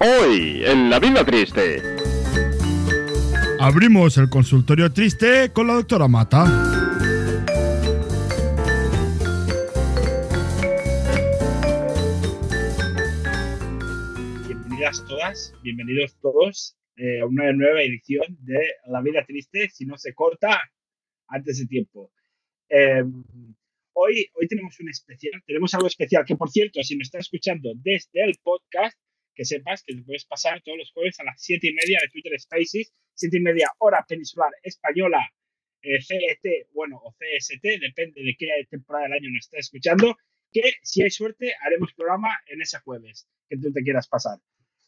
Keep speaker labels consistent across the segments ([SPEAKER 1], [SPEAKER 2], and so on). [SPEAKER 1] Hoy, en La Vida Triste.
[SPEAKER 2] Abrimos el consultorio triste con la doctora Mata.
[SPEAKER 3] Bienvenidas todas, bienvenidos todos eh, a una nueva edición de La Vida Triste, si no se corta antes de tiempo. Eh, hoy, hoy tenemos un especial, tenemos algo especial, que por cierto, si nos estás escuchando desde el podcast, que sepas que te puedes pasar todos los jueves a las 7 y media de Twitter Spaces, 7 y media hora peninsular española, eh, CET, bueno, o CST, depende de qué temporada del año nos estés escuchando, que si hay suerte haremos programa en ese jueves que tú te quieras pasar.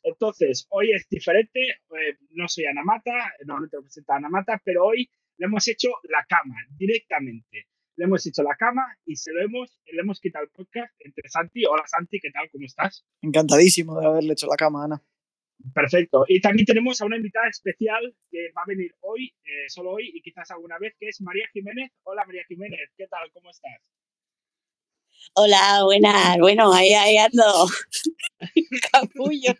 [SPEAKER 3] Entonces, hoy es diferente, eh, no soy Ana Mata, normalmente representa a Ana Mata, pero hoy le hemos hecho la cama directamente. Le hemos hecho la cama y se lo hemos, le hemos quitado el podcast entre Santi. Hola Santi, ¿qué tal? ¿Cómo estás?
[SPEAKER 4] Encantadísimo de haberle hecho la cama, Ana.
[SPEAKER 3] Perfecto. Y también tenemos a una invitada especial que va a venir hoy, eh, solo hoy y quizás alguna vez, que es María Jiménez. Hola María Jiménez, ¿qué tal? ¿Cómo estás?
[SPEAKER 5] Hola, buenas. Bueno, ahí, ahí ando. Capullo.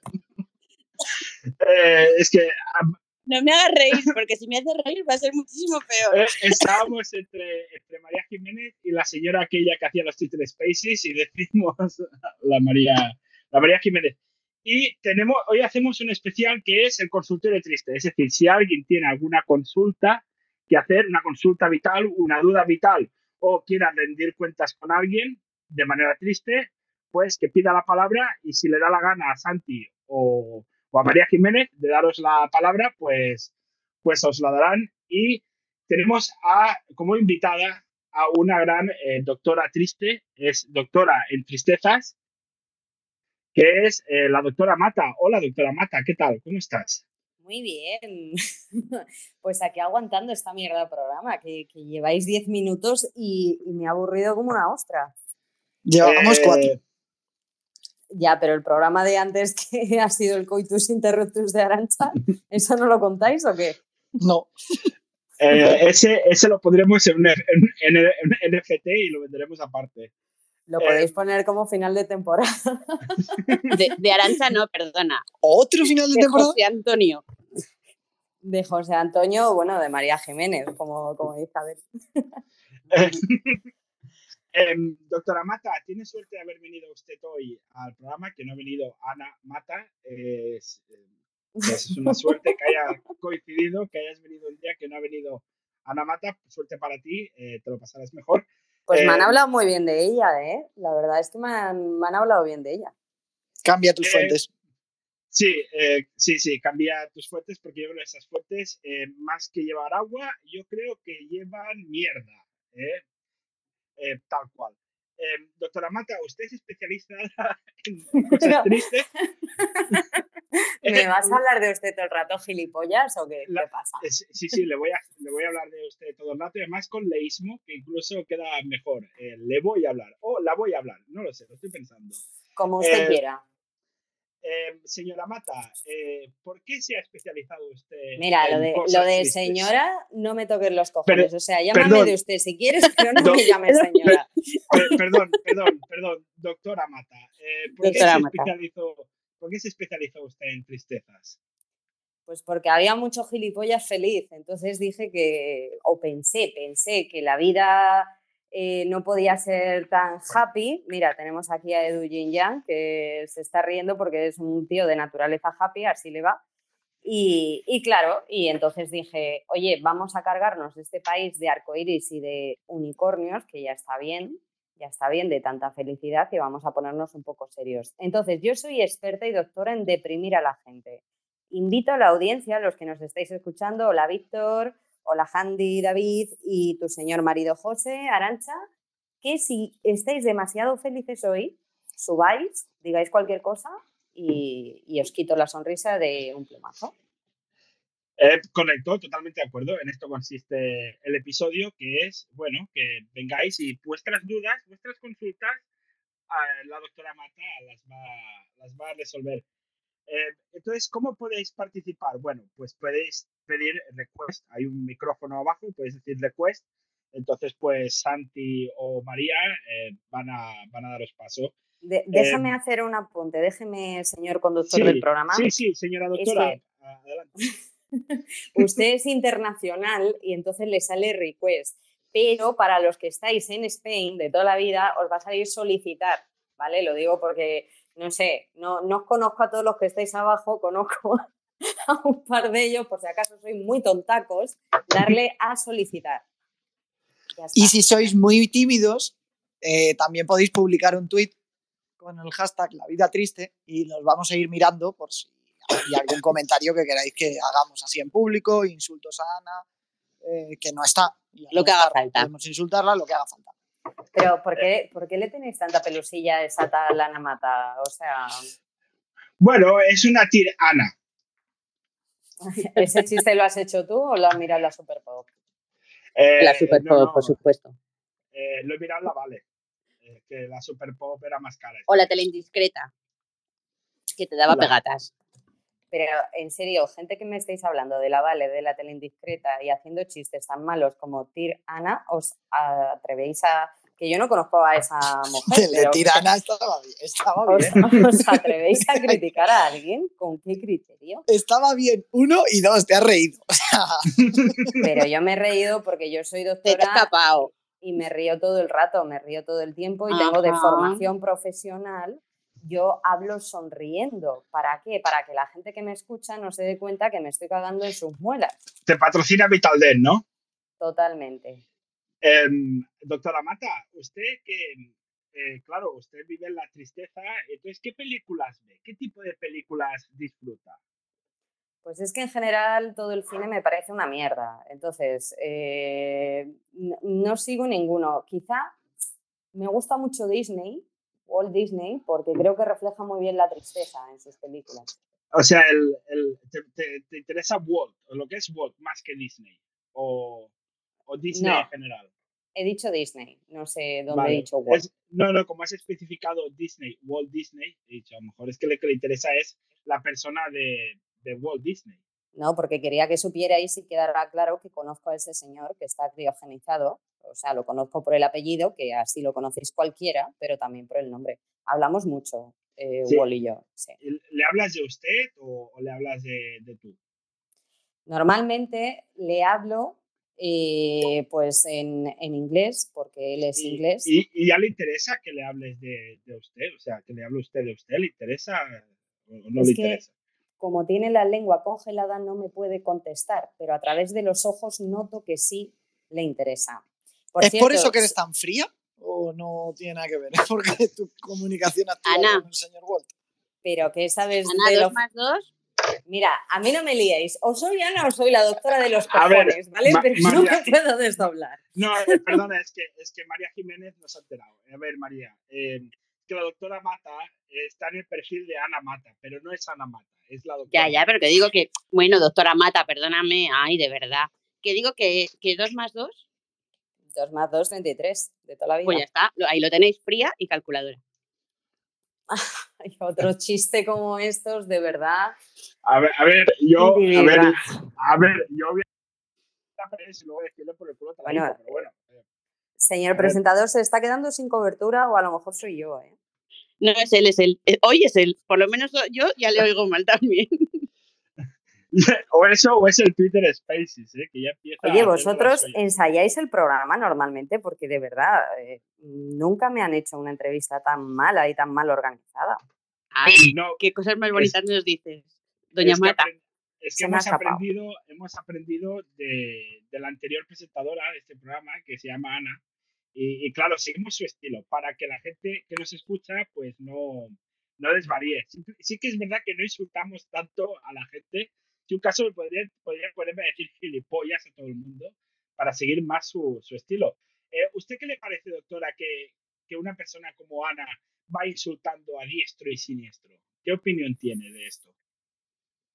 [SPEAKER 3] Eh, es que am-
[SPEAKER 5] No me hagas reír, porque si me haces reír va a ser muchísimo peor.
[SPEAKER 3] Eh, estábamos entre, entre María Jiménez y la señora aquella que hacía los Twitter Spaces y decimos la María, la María Jiménez. Y tenemos, hoy hacemos un especial que es el consultorio triste. Es decir, si alguien tiene alguna consulta que hacer, una consulta vital, una duda vital o quiera rendir cuentas con alguien de manera triste, pues que pida la palabra y si le da la gana a Santi o, o a María Jiménez de daros la palabra, pues, pues os la darán. Y tenemos a, como invitada a una gran eh, doctora triste, es doctora en tristezas, que es eh, la doctora Mata. Hola, doctora Mata, ¿qué tal? ¿Cómo estás?
[SPEAKER 6] Muy bien. Pues aquí aguantando esta mierda de programa, que, que lleváis 10 minutos y, y me ha aburrido como una ostra.
[SPEAKER 4] Llevamos
[SPEAKER 3] Eh,
[SPEAKER 4] cuatro.
[SPEAKER 6] Ya, pero el programa de antes que ha sido el coitus interruptus de Arancha, ¿eso no lo contáis o qué?
[SPEAKER 4] No,
[SPEAKER 3] eh, ese, ese lo pondremos en, un- en, en, en NFT y lo venderemos aparte.
[SPEAKER 6] Lo
[SPEAKER 3] Eh.
[SPEAKER 6] podéis poner como final de temporada.
[SPEAKER 5] De, de Arancha no, perdona.
[SPEAKER 4] otro final de
[SPEAKER 5] De
[SPEAKER 4] temporada.
[SPEAKER 5] José Antonio.
[SPEAKER 6] de José Antonio, bueno, de María Jiménez, como, como dice Abel.
[SPEAKER 3] Em, doctora Mata, tiene suerte de haber venido usted hoy al programa, que no ha venido Ana Mata. Es, eh, pues es una suerte que haya coincidido, que hayas venido un día que no ha venido Ana Mata. Suerte para ti, eh, te lo pasarás mejor.
[SPEAKER 6] Pues me han
[SPEAKER 3] Eh.
[SPEAKER 6] hablado muy bien de ella, ¿eh? La verdad es que me han, me han hablado bien de ella.
[SPEAKER 4] Cambia tus
[SPEAKER 3] Eh,
[SPEAKER 4] fuentes.
[SPEAKER 3] Sí, eh, sí, sí, cambia tus fuentes porque yo creo que esas fuentes, eh, más que llevar agua, yo creo que llevan mierda, ¿eh? Eh, tal cual. Em, doctora Mata, usted es especializada en cosas
[SPEAKER 6] No.
[SPEAKER 3] tristes.
[SPEAKER 6] ¿Me vas a hablar de usted todo el rato, gilipollas, o qué, qué
[SPEAKER 3] La-
[SPEAKER 6] pasa?
[SPEAKER 3] Eh, Sí, sí, sí, le voy, a, le voy a hablar de usted todo el rato y además con leísmo, que incluso queda mejor. Eh, le voy a hablar o la voy a hablar, no lo sé, lo estoy pensando.
[SPEAKER 6] Como usted
[SPEAKER 3] Eh,
[SPEAKER 6] quiera.
[SPEAKER 3] Eh, señora Mata, eh, ¿por qué se ha especializado usted?
[SPEAKER 6] Mira, lo
[SPEAKER 3] eh, en
[SPEAKER 6] de, lo
[SPEAKER 3] cosas
[SPEAKER 6] de
[SPEAKER 3] tristes?
[SPEAKER 6] señora, no me toques los cojones. o sea, llámame
[SPEAKER 3] perdón.
[SPEAKER 6] de usted si quieres, pero no
[SPEAKER 3] Do-
[SPEAKER 6] me llames señora.
[SPEAKER 3] Per- perdón, perdón, perdón, doctora Mata. eh, ¿por, qué
[SPEAKER 5] Doctora
[SPEAKER 3] se
[SPEAKER 5] Mata.
[SPEAKER 3] especializó, ¿Por qué se especializó usted en tristezas?
[SPEAKER 6] Pues porque había mucho gilipollas feliz. Entonces dije que, o pensé, pensé que la vida eh, no podía ser tan happy. Mira, tenemos aquí a Edu Yin Yang, que se está riendo porque es un tío de naturaleza happy, así le va. Y, y claro, y entonces dije, oye, vamos a cargarnos de este país de arcoíris y de unicornios, que ya está bien, ya está bien de tanta felicidad y vamos a ponernos un poco serios. Entonces, yo soy experta y doctora en deprimir a la gente. Invito a la audiencia, los que nos estáis escuchando, hola Víctor, hola Handy, David y tu señor marido José, Arancha, que si estáis demasiado felices hoy, subáis, digáis cualquier cosa y, y os quito la sonrisa de un plumazo.
[SPEAKER 3] Eh, correcto, totalmente de acuerdo. En esto consiste el episodio, que es, bueno, que vengáis y vuestras dudas, vuestras consultas, a la doctora Mata las va, las va a resolver. Eh, entonces, ¿cómo podéis participar? Bueno, pues podéis pedir request. Hay un micrófono abajo, podéis decir request. Entonces, pues Santi o María eh, van, a, van a daros paso.
[SPEAKER 6] De- déjame hacer un apunte, déjeme, señor conductor del programa.
[SPEAKER 3] Eh, Sí, sí, señora
[SPEAKER 6] Es
[SPEAKER 3] doctora.
[SPEAKER 6] que-
[SPEAKER 3] Adelante.
[SPEAKER 6] Usted es internacional y entonces le sale request. Pero para los que estáis en Spain de toda la vida, os va a salir solicitar, ¿vale? Lo digo porque, no sé, no, no os conozco a todos los que estáis abajo, conozco a un par de ellos, por si acaso sois muy tontacos, darle a solicitar. Ya
[SPEAKER 4] Y
[SPEAKER 6] está.
[SPEAKER 4] si sois muy tímidos, eh, también podéis publicar un tweet con el hashtag La Vida Triste y los vamos a ir mirando por si hay algún comentario que queráis que hagamos así en público, insultos a Ana, eh, que no está. Y al
[SPEAKER 5] Lo
[SPEAKER 4] no
[SPEAKER 5] que haga
[SPEAKER 4] estar,
[SPEAKER 5] falta.
[SPEAKER 4] Podemos insultarla, lo que haga falta.
[SPEAKER 6] Pero ¿por qué, por qué le tenéis tanta pelusilla a esa tal Ana Mata? O sea,
[SPEAKER 3] Bueno, es una tirana.
[SPEAKER 6] ¿ese chiste lo has hecho tú o lo has mirado en la Super Pop?
[SPEAKER 3] Eh,
[SPEAKER 5] La Super
[SPEAKER 3] no,
[SPEAKER 5] Pop,
[SPEAKER 3] no,
[SPEAKER 5] por supuesto.
[SPEAKER 3] eh, lo he mirado en la Vale. Eh, que la Super Pop era más cara.
[SPEAKER 5] O la tele indiscreta, que te daba
[SPEAKER 3] La-
[SPEAKER 5] pegatas.
[SPEAKER 6] Pero en serio, gente que me estáis hablando de la Vale, de la tele indiscreta y haciendo chistes tan malos como Tir Ana, os atrevéis a. que yo no conozco a esa mujer.
[SPEAKER 4] El de
[SPEAKER 6] pero
[SPEAKER 4] Tirana estaba bien. Estaba bien.
[SPEAKER 6] os, os atrevéis a criticar a alguien? ¿Con qué criterio?
[SPEAKER 4] Estaba bien. Uno y dos, te has reído. O sea,
[SPEAKER 6] Pero yo me he reído porque yo soy
[SPEAKER 5] Te te ha
[SPEAKER 6] doctora
[SPEAKER 5] escapado.
[SPEAKER 6] y me río todo el rato, me río todo el tiempo y tengo de
[SPEAKER 5] Ajá.
[SPEAKER 6] formación profesional. Yo hablo sonriendo. ¿Para qué? Para que la gente que me escucha no se dé cuenta que me estoy cagando en sus muelas.
[SPEAKER 3] Te patrocina Vitalden, ¿no?
[SPEAKER 6] Totalmente.
[SPEAKER 3] Em, doctora Mata, usted que, eh, claro, usted vive en la tristeza, entonces, ¿qué películas ve? ¿Qué tipo de películas disfruta?
[SPEAKER 6] Pues es que en general todo el cine me parece una mierda. Entonces, eh, n- no, sigo ninguno. Quizá me gusta mucho Disney, Walt Disney, porque creo que refleja muy bien la tristeza en sus películas.
[SPEAKER 3] O sea, el, el- te, te- te interesa Walt, o lo que es Walt, más que Disney, o, o Disney
[SPEAKER 6] No.
[SPEAKER 3] en general?
[SPEAKER 6] He dicho Disney, no sé dónde
[SPEAKER 3] Vale.
[SPEAKER 6] he dicho Walt.
[SPEAKER 3] Es- no, no, como has especificado Disney, Walt Disney, he dicho, a lo mejor es que lo que le interesa es la persona de, de Walt Disney.
[SPEAKER 6] No, porque quería que supierais y quedara claro que conozco a ese señor que está criogenizado. O sea, lo conozco por el apellido, que así lo conocéis cualquiera, pero también por el nombre. Hablamos mucho, eh,
[SPEAKER 3] Sí.
[SPEAKER 6] Walt y yo. Sí.
[SPEAKER 3] ¿Le hablas de usted o, o le hablas de, de tú?
[SPEAKER 6] Normalmente le hablo eh, pues en, en inglés, porque él es
[SPEAKER 3] Y-
[SPEAKER 6] inglés.
[SPEAKER 3] Y, y ya le interesa que le hables de, de usted, o sea, que le hable usted de usted, ¿le interesa o o no
[SPEAKER 6] Es
[SPEAKER 3] le
[SPEAKER 6] que-
[SPEAKER 3] interesa?
[SPEAKER 6] Como tiene la lengua congelada, no me puede contestar, pero a través de los ojos noto que sí le interesa.
[SPEAKER 4] ¿Es por
[SPEAKER 6] cierto,
[SPEAKER 4] eso que eres tan fría? ¿O no tiene nada que ver? ¿Es porque tu comunicación activa
[SPEAKER 5] Ana.
[SPEAKER 4] con el señor Walt?
[SPEAKER 6] Pero que sabes de
[SPEAKER 5] Ana,
[SPEAKER 6] lo-
[SPEAKER 5] dos más dos.
[SPEAKER 6] Mira, a mí no me liéis. O soy Ana o soy la doctora de los
[SPEAKER 3] A ver,
[SPEAKER 6] cojones, ¿vale?
[SPEAKER 3] Ma-
[SPEAKER 6] Pero no
[SPEAKER 3] María.
[SPEAKER 6] me puedo desdoblar.
[SPEAKER 3] No, eh, perdona, es que, es que María Jiménez nos ha enterado. A ver, María, eh, que la doctora Mata eh, está en el perfil de Ana Mata, pero no es Ana Mata, es la doctora.
[SPEAKER 5] Ya, ya, pero que digo que, bueno, doctora Mata, perdóname, ay, de verdad. Que digo que, que dos más dos,
[SPEAKER 6] 2 más 2, 23, de toda la vida.
[SPEAKER 5] pues ya está, lo- ahí lo tenéis fría y calculadora.
[SPEAKER 6] Ay, otro chiste como estos, de verdad.
[SPEAKER 3] A ver, a ver, yo, a ver,
[SPEAKER 6] individual.
[SPEAKER 3] a ver, yo voy a si lo voy a decirle por el culo te la
[SPEAKER 6] Bueno,
[SPEAKER 3] digo, pero bueno. eh,
[SPEAKER 6] Señor
[SPEAKER 3] ver.
[SPEAKER 6] presentador, se está quedando sin cobertura o a lo mejor soy yo, ¿eh?
[SPEAKER 5] No es él, es él. Eh, Hoy es él, por lo menos o- yo ya le oigo mal también.
[SPEAKER 3] o eso, o es el Twitter Spaces, eh, que ya empieza.
[SPEAKER 6] Oye,
[SPEAKER 3] a hacer
[SPEAKER 6] vosotros
[SPEAKER 3] las suyas.
[SPEAKER 6] ensayáis el programa normalmente porque de verdad eh, nunca me han hecho una entrevista tan mala y tan mal organizada. eh,
[SPEAKER 5] Ay,
[SPEAKER 3] No,
[SPEAKER 5] qué cosas más
[SPEAKER 3] Es-
[SPEAKER 5] bonitas nos dices, doña
[SPEAKER 3] es que
[SPEAKER 5] Mata.
[SPEAKER 3] apren- es que
[SPEAKER 6] Se me ha
[SPEAKER 3] hemos
[SPEAKER 6] escapado.
[SPEAKER 3] aprendido, hemos aprendido de, de la anterior presentadora de este programa, que se llama Ana, y, y claro, seguimos su estilo, para que la gente que nos escucha, pues no, no desvaríe. Sí, que- sí que es verdad que no insultamos tanto a la gente. Si un caso me podría, podría ponerme a decir gilipollas a todo el mundo para seguir más su, su estilo. Eh, ¿Usted qué le parece, doctora, que, que una persona como Ana va insultando a diestro y siniestro? ¿Qué opinión tiene de esto?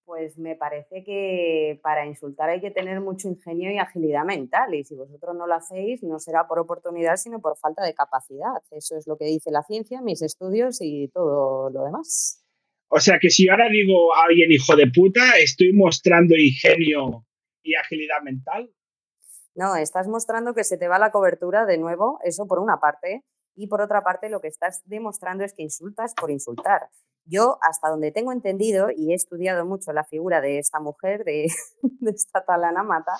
[SPEAKER 6] Pues me parece que para insultar hay que tener mucho ingenio y agilidad mental y si vosotros no lo hacéis no será por oportunidad sino por falta de capacidad. Eso es lo que dice la ciencia, mis estudios y todo lo demás.
[SPEAKER 3] O sea que si ahora digo a alguien hijo de puta, estoy mostrando ingenio y agilidad mental.
[SPEAKER 6] No, estás mostrando que se te va la cobertura de nuevo, eso por una parte. Y por otra parte, lo que estás demostrando es que insultas por insultar. Yo, hasta donde tengo entendido, y he estudiado mucho la figura de esta mujer, de, de esta talana mata,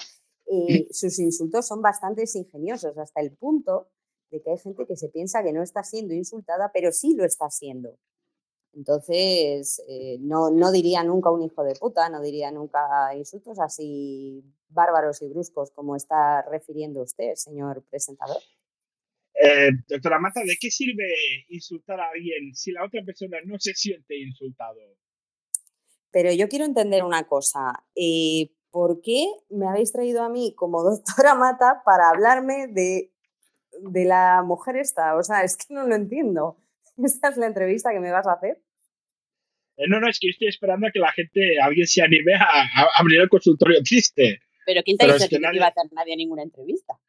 [SPEAKER 6] eh, sus insultos son bastante ingeniosos, hasta el punto de que hay gente que se piensa que no está siendo insultada, pero sí lo está siendo. Entonces, eh, no, no diría nunca un hijo de puta, no diría nunca insultos así bárbaros y bruscos como está refiriendo usted, señor presentador.
[SPEAKER 3] Eh, doctora Mata, ¿de qué sirve insultar a alguien si la otra persona no se siente insultado?
[SPEAKER 6] Pero yo quiero entender una cosa. eh, ¿Por qué me habéis traído a mí como doctora Mata para hablarme de, de la mujer esta? O sea, es que no lo entiendo. ¿Esta es la entrevista que me vas a hacer?
[SPEAKER 3] Eh, no, no, es que estoy esperando a que la gente, alguien se anime a, a abrir el consultorio triste.
[SPEAKER 5] Pero ¿quién te
[SPEAKER 3] Pero
[SPEAKER 5] dice
[SPEAKER 3] es que
[SPEAKER 5] que no
[SPEAKER 3] nadie-
[SPEAKER 5] iba a hacer nadie ninguna entrevista?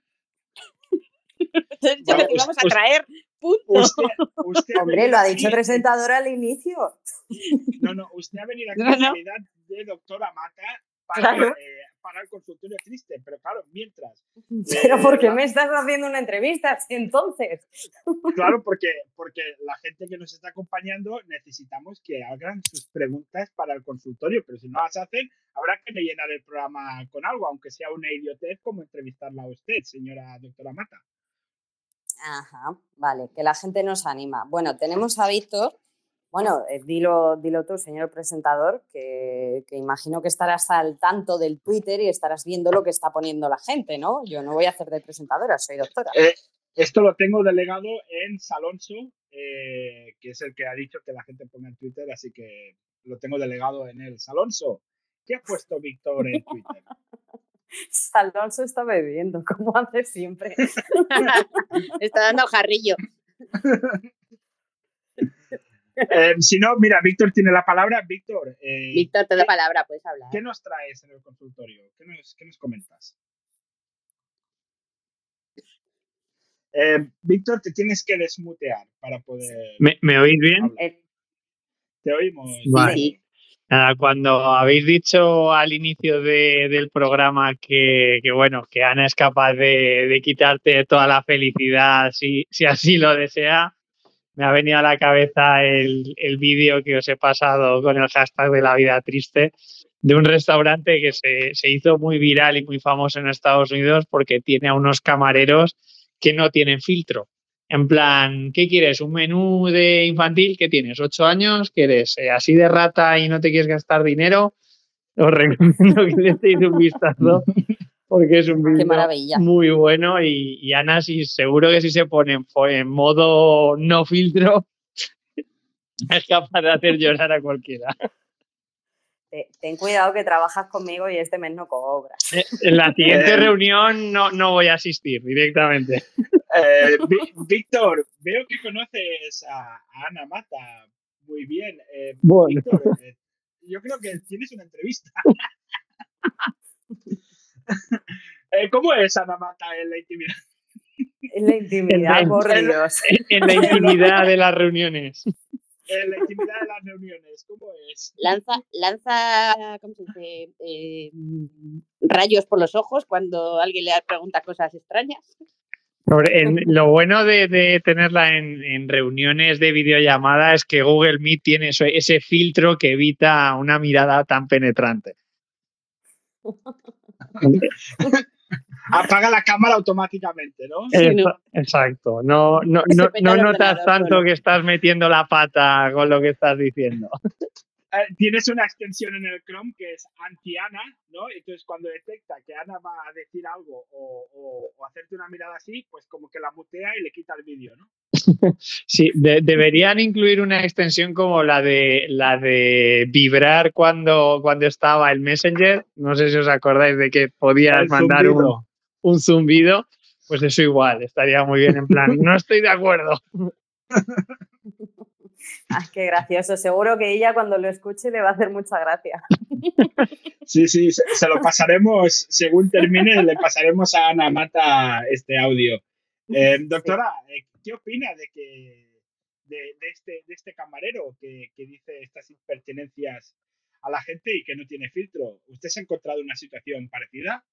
[SPEAKER 5] Entonces, yo
[SPEAKER 3] Vale,
[SPEAKER 5] me te
[SPEAKER 3] us-
[SPEAKER 5] vamos a
[SPEAKER 3] us-
[SPEAKER 5] traer, punto.
[SPEAKER 3] Usted, usted ha
[SPEAKER 6] Hombre,
[SPEAKER 3] venido
[SPEAKER 6] lo ha dicho el
[SPEAKER 3] aquí-
[SPEAKER 6] presentador al inicio.
[SPEAKER 3] No, no, usted ha venido aquí
[SPEAKER 5] No,
[SPEAKER 3] en
[SPEAKER 5] no.
[SPEAKER 3] calidad de doctora Mata para,
[SPEAKER 5] Claro.
[SPEAKER 3] eh, para el consultorio triste, pero claro, mientras.
[SPEAKER 6] Pero ¿por qué
[SPEAKER 3] la-
[SPEAKER 6] me estás haciendo una entrevista? Si entonces.
[SPEAKER 3] Claro, porque, porque la gente que nos está acompañando necesitamos que hagan sus preguntas para el consultorio, pero si no las hacen, habrá que rellenar el programa con algo, aunque sea una idiotez como entrevistarla a usted, señora doctora Mata.
[SPEAKER 6] Ajá, vale, que la gente nos anima. Bueno, tenemos a Víctor. Bueno, eh, dilo, dilo tú, señor presentador, que, que imagino que estarás al tanto del Twitter y estarás viendo lo que está poniendo la gente, ¿no? Yo no voy a hacer de presentadora, soy doctora.
[SPEAKER 3] Eh, esto lo tengo delegado en Salonso, eh, que es el que ha dicho que la gente ponga en Twitter, así que lo tengo delegado en él. Salonso, ¿qué ha puesto Víctor en Twitter?
[SPEAKER 6] Alonso está bebiendo, como hace siempre.
[SPEAKER 5] Está dando jarrillo.
[SPEAKER 3] Eh, si no, mira, Víctor tiene la palabra. Víctor, eh,
[SPEAKER 5] Víctor, te doy palabra, puedes hablar.
[SPEAKER 3] ¿qué nos traes en el consultorio? ¿Qué nos, qué nos comentas? Eh, Víctor, te tienes que desmutear para poder.
[SPEAKER 7] ¿Me, me oís bien?
[SPEAKER 3] hablar.
[SPEAKER 6] Eh,
[SPEAKER 3] Te oímos.
[SPEAKER 7] Vale.
[SPEAKER 3] Sí.
[SPEAKER 7] Nada, cuando habéis dicho al inicio de- del programa que, que, bueno, que Ana es capaz de, de quitarte toda la felicidad si, si así lo desea, me ha venido a la cabeza el, el vídeo que os he pasado con el hashtag de la vida triste de un restaurante que se, se hizo muy viral y muy famoso en Estados Unidos porque tiene a unos camareros que no tienen filtro. En plan, ¿qué quieres? ¿Un menú de infantil? ¿Qué tienes? ¿Ocho años? ¿Que eres eh, así de rata y no te quieres gastar dinero? Os recomiendo que le echéis un vistazo porque es un
[SPEAKER 6] Qué
[SPEAKER 7] vídeo
[SPEAKER 6] maravilla.
[SPEAKER 7] muy bueno y, y Ana, sí, seguro que si se pone en, fo- en modo no filtro, es capaz de hacer llorar a cualquiera.
[SPEAKER 6] Te- Ten cuidado que trabajas conmigo y este mes no cobras.
[SPEAKER 7] Eh, En la siguiente
[SPEAKER 3] Eh.
[SPEAKER 7] reunión no, no voy a asistir directamente.
[SPEAKER 3] Eh, Vi- Víctor, veo que conoces a, a Ana Mata muy bien. Eh,
[SPEAKER 7] Bueno.
[SPEAKER 3] Víctor, eh, yo creo que tienes una entrevista. Eh, ¿Cómo es Ana Mata en la intimidad?
[SPEAKER 6] En la intimidad,
[SPEAKER 7] En la-
[SPEAKER 6] por
[SPEAKER 3] en la-
[SPEAKER 6] Dios.
[SPEAKER 7] En la intimidad de las reuniones.
[SPEAKER 3] En la intimidad de las reuniones, ¿cómo es?
[SPEAKER 5] Lanza, lanza, ¿cómo se dice? Eh, mm, rayos por los ojos cuando alguien le pregunta cosas extrañas.
[SPEAKER 7] Sobre- en- lo bueno de, de tenerla en, en reuniones de videollamada es que Google Meet tiene eso- ese filtro que evita una mirada tan penetrante.
[SPEAKER 3] Apaga la cámara automáticamente, ¿no?
[SPEAKER 5] Sí,
[SPEAKER 7] Exa-
[SPEAKER 5] no.
[SPEAKER 7] Exacto. No, no,
[SPEAKER 5] Se
[SPEAKER 7] no-
[SPEAKER 5] peta
[SPEAKER 7] no
[SPEAKER 5] el
[SPEAKER 7] notas
[SPEAKER 5] ordenador
[SPEAKER 7] tanto
[SPEAKER 5] solo.
[SPEAKER 7] que estás metiendo la pata con lo que estás diciendo.
[SPEAKER 3] Eh, tienes una extensión en el Chrome que es anti-Ana, ¿no? Entonces, cuando detecta que Ana va a decir algo o, o- o hacerte una mirada así, pues como que la mutea y le quita el vídeo, ¿no?
[SPEAKER 7] Sí, de- deberían incluir una extensión como la de la de vibrar cuando, cuando estaba el Messenger. No sé si os acordáis de que podías
[SPEAKER 3] El
[SPEAKER 7] mandar un,
[SPEAKER 3] zumbido.
[SPEAKER 7] un zumbido. Pues eso igual, estaría muy bien en plan, no estoy de acuerdo.
[SPEAKER 6] Ay, Ah, qué gracioso. Seguro que ella cuando lo escuche le va a hacer mucha gracia.
[SPEAKER 3] Sí, sí, se, se lo pasaremos, según termine, le pasaremos a Ana Mata este audio. Eh, doctora, eh, ¿qué opina de que de, de este, de este camarero que, que dice estas impertinencias a la gente y que no tiene filtro? ¿Usted se ha encontrado una situación parecida?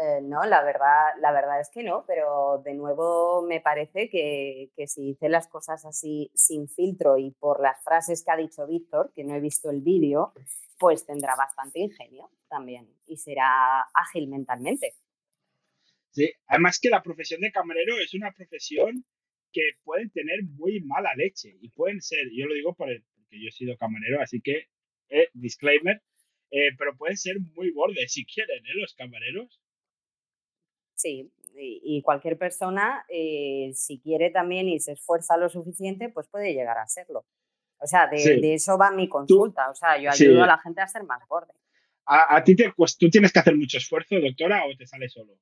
[SPEAKER 6] Eh, no, la verdad, la verdad es que no, pero de nuevo me parece que, que si hice las cosas así sin filtro y por las frases que ha dicho Víctor, que no he visto el vídeo, pues tendrá bastante ingenio también y será ágil mentalmente.
[SPEAKER 3] Sí, además que la profesión de camarero es una profesión que pueden tener muy mala leche y pueden ser, yo lo digo por el- porque yo he sido camarero, así que eh, disclaimer, eh, pero pueden ser muy bordes si quieren, ¿eh? Los camareros.
[SPEAKER 6] Sí, y, y cualquier persona, eh, si quiere también y se esfuerza lo suficiente, pues puede llegar a serlo. O sea, de,
[SPEAKER 3] Sí.
[SPEAKER 6] de eso va mi consulta. O sea, yo ayudo
[SPEAKER 3] sí.
[SPEAKER 6] a la gente a ser más borde.
[SPEAKER 3] ¿A, a ti te, cuest- tú tienes que hacer mucho esfuerzo, doctora, o te sale solo?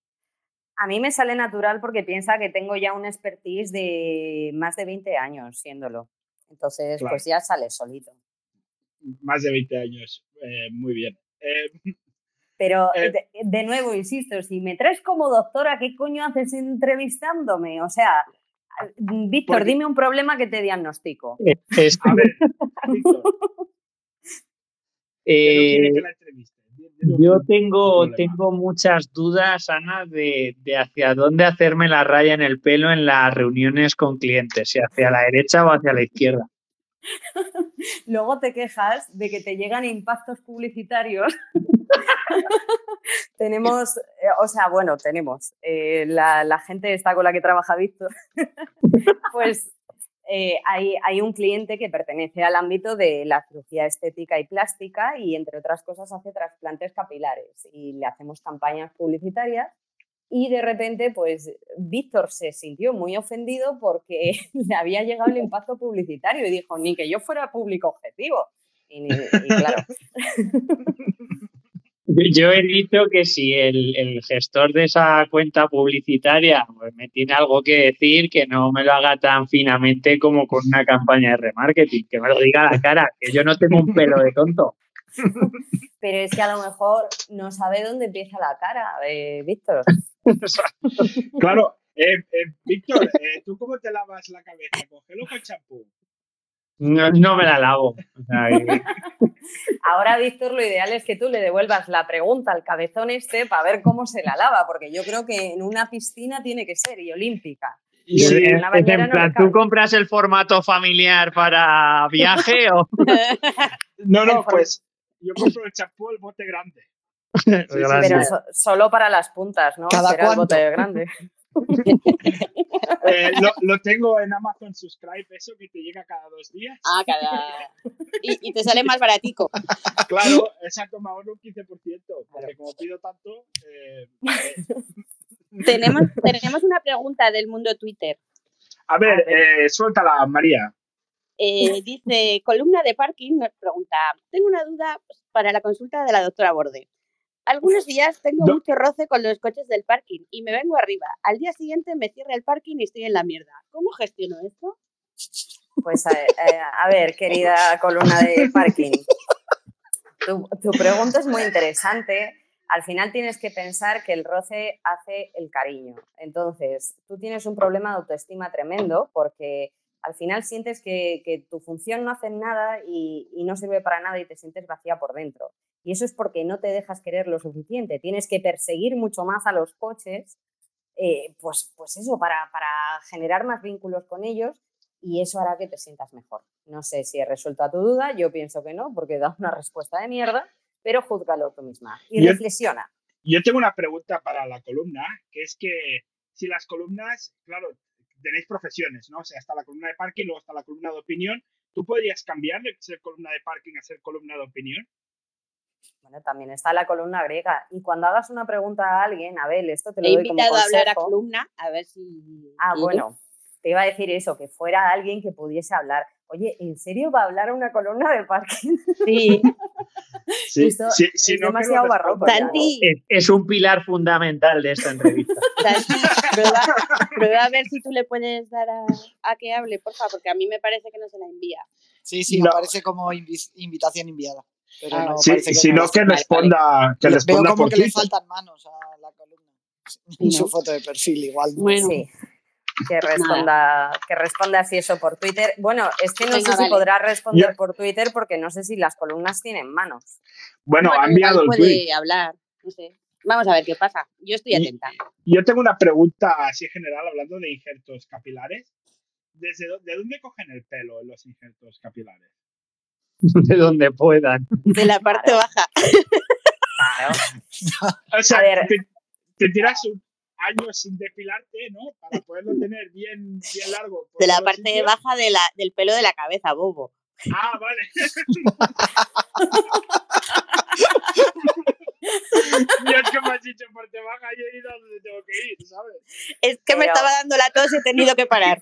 [SPEAKER 6] A mí me sale natural porque piensa que tengo ya un expertise de más de 20 años siéndolo. Entonces,
[SPEAKER 3] Claro.
[SPEAKER 6] pues ya sale solito.
[SPEAKER 3] Más de 20 años. eh, muy bien. Eh,
[SPEAKER 6] Pero
[SPEAKER 3] Eh,
[SPEAKER 6] de, de nuevo, insisto, si me traes como doctora, ¿qué coño haces entrevistándome? O sea,
[SPEAKER 3] Ah,
[SPEAKER 6] Víctor,
[SPEAKER 3] Porque-
[SPEAKER 6] dime un problema que te diagnostico.
[SPEAKER 7] Es-
[SPEAKER 3] a ver, Víctor, que no quiere
[SPEAKER 7] eh,
[SPEAKER 3] que la entreviste. Dile un-
[SPEAKER 7] Yo tengo,
[SPEAKER 3] problema.
[SPEAKER 7] tengo muchas dudas, Ana, de, de hacia dónde hacerme la raya en el pelo en las reuniones con clientes, si hacia la derecha o hacia la izquierda.
[SPEAKER 6] Luego te quejas de que te llegan impactos publicitarios. tenemos, eh, o sea, bueno, tenemos. eh, la, la gente está con la que trabaja Víctor. pues eh, hay, hay un cliente que pertenece al ámbito de la cirugía estética y plástica y, entre otras cosas, hace trasplantes capilares y le hacemos campañas publicitarias. Y de repente, pues Víctor se sintió muy ofendido porque le había llegado el impacto publicitario y dijo, ni que yo fuera público objetivo. Y, ni- y claro,
[SPEAKER 7] Yo he dicho que si el, el gestor de esa cuenta publicitaria pues, me tiene algo que decir, que no me lo haga tan finamente como con una campaña de remarketing, que me lo diga a la cara, que yo no tengo un pelo de tonto.
[SPEAKER 6] pero es que a lo mejor no sabe dónde empieza la cara, eh, Víctor.
[SPEAKER 3] Claro, eh, eh, Víctor, eh, ¿tú cómo te lavas la cabeza? ¿Con gel o con champú?
[SPEAKER 7] No, no me la lavo. O sea, que-
[SPEAKER 6] Ahora, Víctor, lo ideal es que tú le devuelvas la pregunta al cabezón este para ver cómo se la lava, porque yo creo que en una piscina tiene que ser y olímpica.
[SPEAKER 3] Y
[SPEAKER 7] es-
[SPEAKER 3] sí,
[SPEAKER 7] es
[SPEAKER 6] en la bañera no
[SPEAKER 7] en
[SPEAKER 6] me
[SPEAKER 7] plan,
[SPEAKER 6] cabe.
[SPEAKER 7] ¿tú compras el formato familiar para viaje o...?
[SPEAKER 3] No, no,
[SPEAKER 6] el form-
[SPEAKER 3] pues yo compro el champú, el bote grande.
[SPEAKER 7] Gracias.
[SPEAKER 6] Pero so- solo para las puntas, ¿no?
[SPEAKER 4] ¿Cada
[SPEAKER 6] Será el
[SPEAKER 4] cuánto?
[SPEAKER 6] bote grande.
[SPEAKER 3] Eh, lo, lo tengo en Amazon Subscribe, eso que te llega cada dos días.
[SPEAKER 5] Ah, cada- y, y te sale más baratico.
[SPEAKER 3] Ah, Claro, exacto, me ahorro un 15%, porque como pido tanto, eh, eh,
[SPEAKER 5] Tenemos, tenemos una pregunta del mundo Twitter.
[SPEAKER 3] A
[SPEAKER 6] ver,
[SPEAKER 3] ver, eh, suéltala, María.
[SPEAKER 5] Eh, dice, columna de parking nos pregunta, tengo una duda pues, para la consulta de la doctora Borde. Algunos días tengo
[SPEAKER 3] No.
[SPEAKER 5] mucho roce con los coches del parking y me vengo arriba. Al día siguiente me cierra el parking y estoy en la mierda. ¿Cómo gestiono esto?
[SPEAKER 6] Pues a, eh, a ver, querida columna de parking. Tu, tu pregunta es muy interesante. Al final tienes que pensar que el roce hace el cariño. Entonces, tú tienes un problema de autoestima tremendo porque al final sientes que, que tu función no hace nada y, y no sirve para nada y te sientes vacía por dentro. Y eso es porque no te dejas querer lo suficiente. Tienes que perseguir mucho más a los coches, eh, pues, pues eso, para, para generar más vínculos con ellos y eso hará que te sientas mejor. No sé si he resuelto a tu duda, yo pienso que no, porque da una respuesta de mierda, pero júzgalo tú misma y
[SPEAKER 3] Yo-
[SPEAKER 6] reflexiona.
[SPEAKER 3] Yo tengo una pregunta para la columna, que es que si las columnas, claro, tenéis profesiones, ¿no? O sea, está la columna de parking, luego está la columna de opinión. ¿Tú podrías cambiar de ser columna de parking a ser columna de opinión?
[SPEAKER 6] Bueno, también está la columna griega. Y cuando hagas una pregunta a alguien, Abel, esto te lo
[SPEAKER 5] He
[SPEAKER 6] doy como
[SPEAKER 5] invitado a hablar a
[SPEAKER 6] consejo.
[SPEAKER 5] columna a ver si...
[SPEAKER 6] Ah,
[SPEAKER 5] quiere.
[SPEAKER 6] bueno, te iba a decir eso, que fuera alguien que pudiese hablar. Oye, ¿en serio va a hablar una columna de parking?
[SPEAKER 5] Sí,
[SPEAKER 3] Sí,
[SPEAKER 6] Esto
[SPEAKER 3] sí,
[SPEAKER 6] es
[SPEAKER 3] sí, no, que lo
[SPEAKER 6] demasiado
[SPEAKER 3] responda.
[SPEAKER 6] barroco. pues ya.
[SPEAKER 5] Santi,
[SPEAKER 7] es, es un pilar fundamental de esta entrevista.
[SPEAKER 5] Santi, prueba, prueba a ver si tú le puedes dar a, a que hable, porfa, porque a mí me parece que no se la envía.
[SPEAKER 4] Sí, sí,
[SPEAKER 3] No.
[SPEAKER 4] aparece como invi- invitación enviada. Pero
[SPEAKER 5] Ah,
[SPEAKER 4] no,
[SPEAKER 5] vale.
[SPEAKER 3] Sí,
[SPEAKER 4] parece que
[SPEAKER 3] si
[SPEAKER 4] no.
[SPEAKER 3] no, que
[SPEAKER 5] Vale,
[SPEAKER 3] responda, que
[SPEAKER 4] Le- Veo
[SPEAKER 3] responda
[SPEAKER 4] como
[SPEAKER 3] por
[SPEAKER 4] que le
[SPEAKER 3] Twitter.
[SPEAKER 4] faltan manos a la columna. En
[SPEAKER 5] ¿no?
[SPEAKER 4] su foto de perfil, igual. ¿no?
[SPEAKER 5] Bueno. Pues
[SPEAKER 6] Sí. Que responda, que responda si eso por Twitter. Bueno, es que no sé
[SPEAKER 5] Venga,
[SPEAKER 6] si
[SPEAKER 5] vale.
[SPEAKER 6] podrá responder
[SPEAKER 3] Yo-
[SPEAKER 6] por Twitter porque no sé si las columnas tienen manos.
[SPEAKER 3] Bueno, ha
[SPEAKER 5] Bueno,
[SPEAKER 3] enviado
[SPEAKER 5] igual
[SPEAKER 3] el
[SPEAKER 5] puede
[SPEAKER 3] tweet.
[SPEAKER 5] hablar, no sé. Vamos a ver qué pasa. Yo estoy atenta.
[SPEAKER 3] Yo tengo una pregunta así en general, hablando de injertos capilares. ¿Desde dó- ¿De dónde cogen el pelo los injertos capilares?
[SPEAKER 7] de donde puedan.
[SPEAKER 5] De la parte baja.
[SPEAKER 6] Claro.
[SPEAKER 3] O sea,
[SPEAKER 6] A ver.
[SPEAKER 3] Te, te tiras un año sin depilarte, ¿no? Para poderlo tener bien, bien largo. por
[SPEAKER 5] De la
[SPEAKER 3] todos
[SPEAKER 5] parte
[SPEAKER 3] sitios.
[SPEAKER 5] baja de la, del pelo de la cabeza, bobo.
[SPEAKER 3] Ah, vale. Yo es que me has dicho parte baja y he ido a donde tengo que ir, ¿sabes?
[SPEAKER 5] Es que me
[SPEAKER 6] Pero-
[SPEAKER 5] estaba dando la tos y he tenido que parar.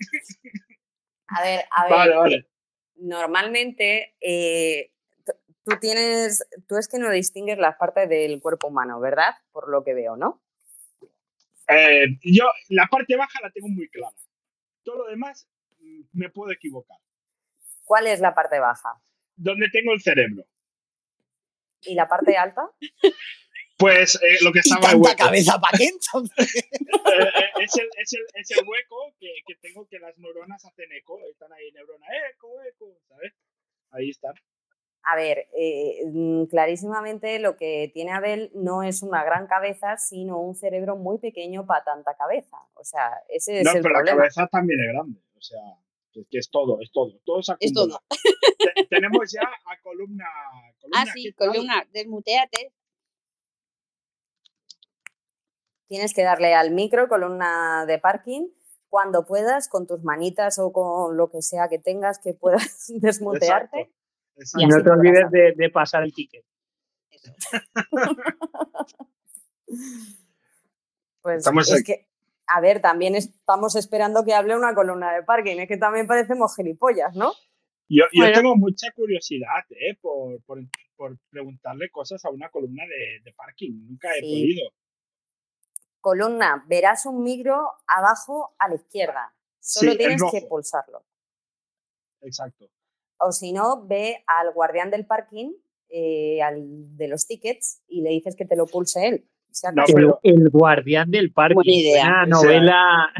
[SPEAKER 6] A ver, a ver.
[SPEAKER 3] Vale, vale.
[SPEAKER 6] Normalmente eh, t- tú tienes, tú es que no distingues las partes del cuerpo humano, ¿verdad? Por lo que veo, ¿no?
[SPEAKER 3] Eh, yo la parte baja la tengo muy clara. Todo lo demás mm, me puedo equivocar.
[SPEAKER 6] ¿Cuál es la parte baja?
[SPEAKER 3] ¿Dónde tengo el cerebro?
[SPEAKER 6] ¿Y la parte alta?
[SPEAKER 3] Pues eh, lo que
[SPEAKER 4] Y
[SPEAKER 3] estaba el
[SPEAKER 4] tanta
[SPEAKER 3] hueco.
[SPEAKER 4] cabeza para qué entonces.
[SPEAKER 3] Eh, eh, es, el, es, el, es el hueco que, que tengo que las neuronas hacen eco. Están ahí neurona, eco, eco, ¿sabes? Ahí está.
[SPEAKER 6] A ver, eh, mm, clarísimamente lo que tiene Abel no es una gran cabeza, sino un cerebro muy pequeño para tanta cabeza. O sea, ese es
[SPEAKER 3] No,
[SPEAKER 6] el
[SPEAKER 3] pero la
[SPEAKER 6] problema.
[SPEAKER 3] cabeza también es grande. O sea, es que es todo, es todo. Todo se
[SPEAKER 5] Es
[SPEAKER 3] acumula.
[SPEAKER 5] todo.
[SPEAKER 3] Te- tenemos ya a columna. columna
[SPEAKER 5] Ah, sí,
[SPEAKER 3] ¿qué tal?
[SPEAKER 5] columna, desmuteate.
[SPEAKER 6] Tienes que darle al micro, columna de parking, cuando puedas, con tus manitas o con lo que sea que tengas que puedas desmutearte.
[SPEAKER 3] Exacto,
[SPEAKER 6] Y
[SPEAKER 3] exacto.
[SPEAKER 7] no
[SPEAKER 6] así
[SPEAKER 7] te
[SPEAKER 6] podrás
[SPEAKER 7] olvides
[SPEAKER 6] hacer.
[SPEAKER 7] de, de pasar el ticket.
[SPEAKER 6] Pues
[SPEAKER 3] Estamos
[SPEAKER 6] es
[SPEAKER 3] aquí.
[SPEAKER 6] que, a ver, también estamos esperando que hable una columna de parking, es que también parecemos gilipollas, ¿no?
[SPEAKER 3] Yo, yo
[SPEAKER 5] Bueno.
[SPEAKER 3] tengo mucha curiosidad eh, por, por, por preguntarle cosas a una columna de, de parking. Nunca he
[SPEAKER 6] Sí.
[SPEAKER 3] podido.
[SPEAKER 6] Columna, verás un micro abajo a la izquierda. Solo
[SPEAKER 3] Sí, el
[SPEAKER 6] tienes que
[SPEAKER 3] rojo.
[SPEAKER 6] pulsarlo.
[SPEAKER 3] Exacto.
[SPEAKER 6] O si no, ve al guardián del parking, eh, al de los tickets, y le dices que te lo pulse él. Si
[SPEAKER 3] No,
[SPEAKER 6] acaso.
[SPEAKER 7] El,
[SPEAKER 3] pero-
[SPEAKER 7] el guardián del parque.
[SPEAKER 5] Buena idea.
[SPEAKER 7] Una
[SPEAKER 3] O sea,
[SPEAKER 7] novela.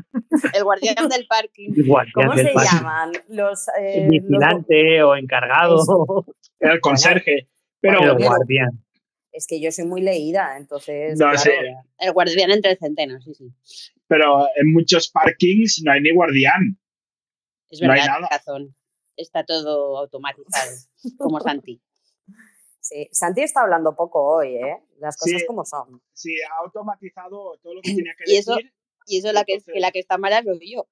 [SPEAKER 5] El guardián del parking.
[SPEAKER 7] El guardián
[SPEAKER 6] ¿Cómo
[SPEAKER 7] del
[SPEAKER 6] se
[SPEAKER 7] parque.
[SPEAKER 6] llaman? Los, eh, los-
[SPEAKER 7] Vigilante o encargado.
[SPEAKER 3] El conserje. Pero
[SPEAKER 7] el
[SPEAKER 6] Bueno,
[SPEAKER 3] bueno,
[SPEAKER 7] guardián.
[SPEAKER 6] Es que yo soy muy leída, entonces.
[SPEAKER 3] No,
[SPEAKER 6] claro,
[SPEAKER 3] sí.
[SPEAKER 5] El guardián entre centenas, sí, sí.
[SPEAKER 3] pero en muchos parkings no hay ni guardián.
[SPEAKER 5] Es
[SPEAKER 3] No hay
[SPEAKER 5] verdad,
[SPEAKER 3] nada.
[SPEAKER 5] razón. Está todo automatizado, como Santi.
[SPEAKER 6] sí. Santi está hablando poco hoy, ¿eh? Las
[SPEAKER 3] Sí.
[SPEAKER 6] cosas como son.
[SPEAKER 3] Sí, ha automatizado todo lo que tenía que
[SPEAKER 5] Y eso-
[SPEAKER 3] decir.
[SPEAKER 5] Y eso la que, que la que está mala soy yo.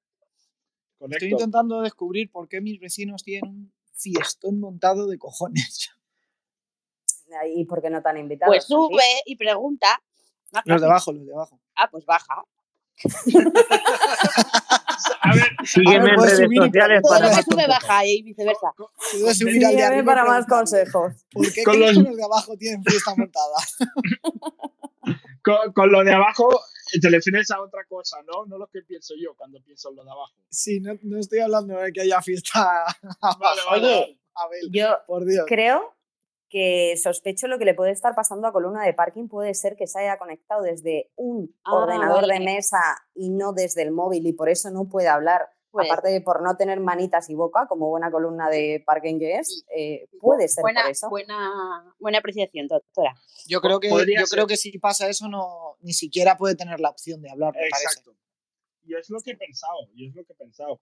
[SPEAKER 3] Correcto.
[SPEAKER 4] Estoy intentando descubrir por qué mis vecinos tienen un fiestón montado de cojones.
[SPEAKER 6] ¿Y por qué no tan invitado?
[SPEAKER 5] Pues sube y pregunta. Ah,
[SPEAKER 4] Los de abajo, los de abajo.
[SPEAKER 5] Ah, pues baja.
[SPEAKER 3] A ver,
[SPEAKER 7] Sígueme
[SPEAKER 4] Ahora
[SPEAKER 7] en
[SPEAKER 4] puedes
[SPEAKER 7] redes
[SPEAKER 4] subir y preguntar
[SPEAKER 7] sociales
[SPEAKER 5] Todo
[SPEAKER 7] para
[SPEAKER 5] lo que
[SPEAKER 4] más
[SPEAKER 5] sube
[SPEAKER 4] tampoco.
[SPEAKER 5] baja y viceversa.
[SPEAKER 3] co-
[SPEAKER 4] Puedes subir al de
[SPEAKER 6] Sígueme
[SPEAKER 4] arriba y
[SPEAKER 6] para más
[SPEAKER 4] preguntarle,
[SPEAKER 6] consejos.
[SPEAKER 4] ¿Por qué
[SPEAKER 3] Con
[SPEAKER 4] crees
[SPEAKER 3] los-
[SPEAKER 4] que los de abajo tienen fiesta montada?
[SPEAKER 3] con, con lo de abajo te refieres a otra cosa, ¿no? No lo que pienso yo cuando pienso en lo de abajo.
[SPEAKER 4] Sí, no, no estoy hablando de que haya fiesta abajo.
[SPEAKER 3] Vale, vale,
[SPEAKER 6] Oye.
[SPEAKER 3] vale.
[SPEAKER 4] Abel,
[SPEAKER 6] Yo
[SPEAKER 4] por Dios.
[SPEAKER 6] creo que sospecho lo que le puede estar pasando a columna de parking puede ser que se haya conectado desde un
[SPEAKER 5] Ah,
[SPEAKER 6] ordenador de
[SPEAKER 5] vale.
[SPEAKER 6] mesa y no desde el móvil y por eso no puede hablar.
[SPEAKER 5] Puede
[SPEAKER 6] Aparte de por no tener manitas y boca, como buena columna de parking que es, eh, puede ser
[SPEAKER 5] Pues buena,
[SPEAKER 6] por eso.
[SPEAKER 5] Buena, buena apreciación, doctora.
[SPEAKER 4] Yo creo que,
[SPEAKER 3] Podría
[SPEAKER 4] yo
[SPEAKER 3] ser.
[SPEAKER 4] creo que si pasa eso, no, ni siquiera puede tener la opción de hablar, me parece.
[SPEAKER 3] Exacto. Yo es lo que he pensado, yo es lo que he pensado.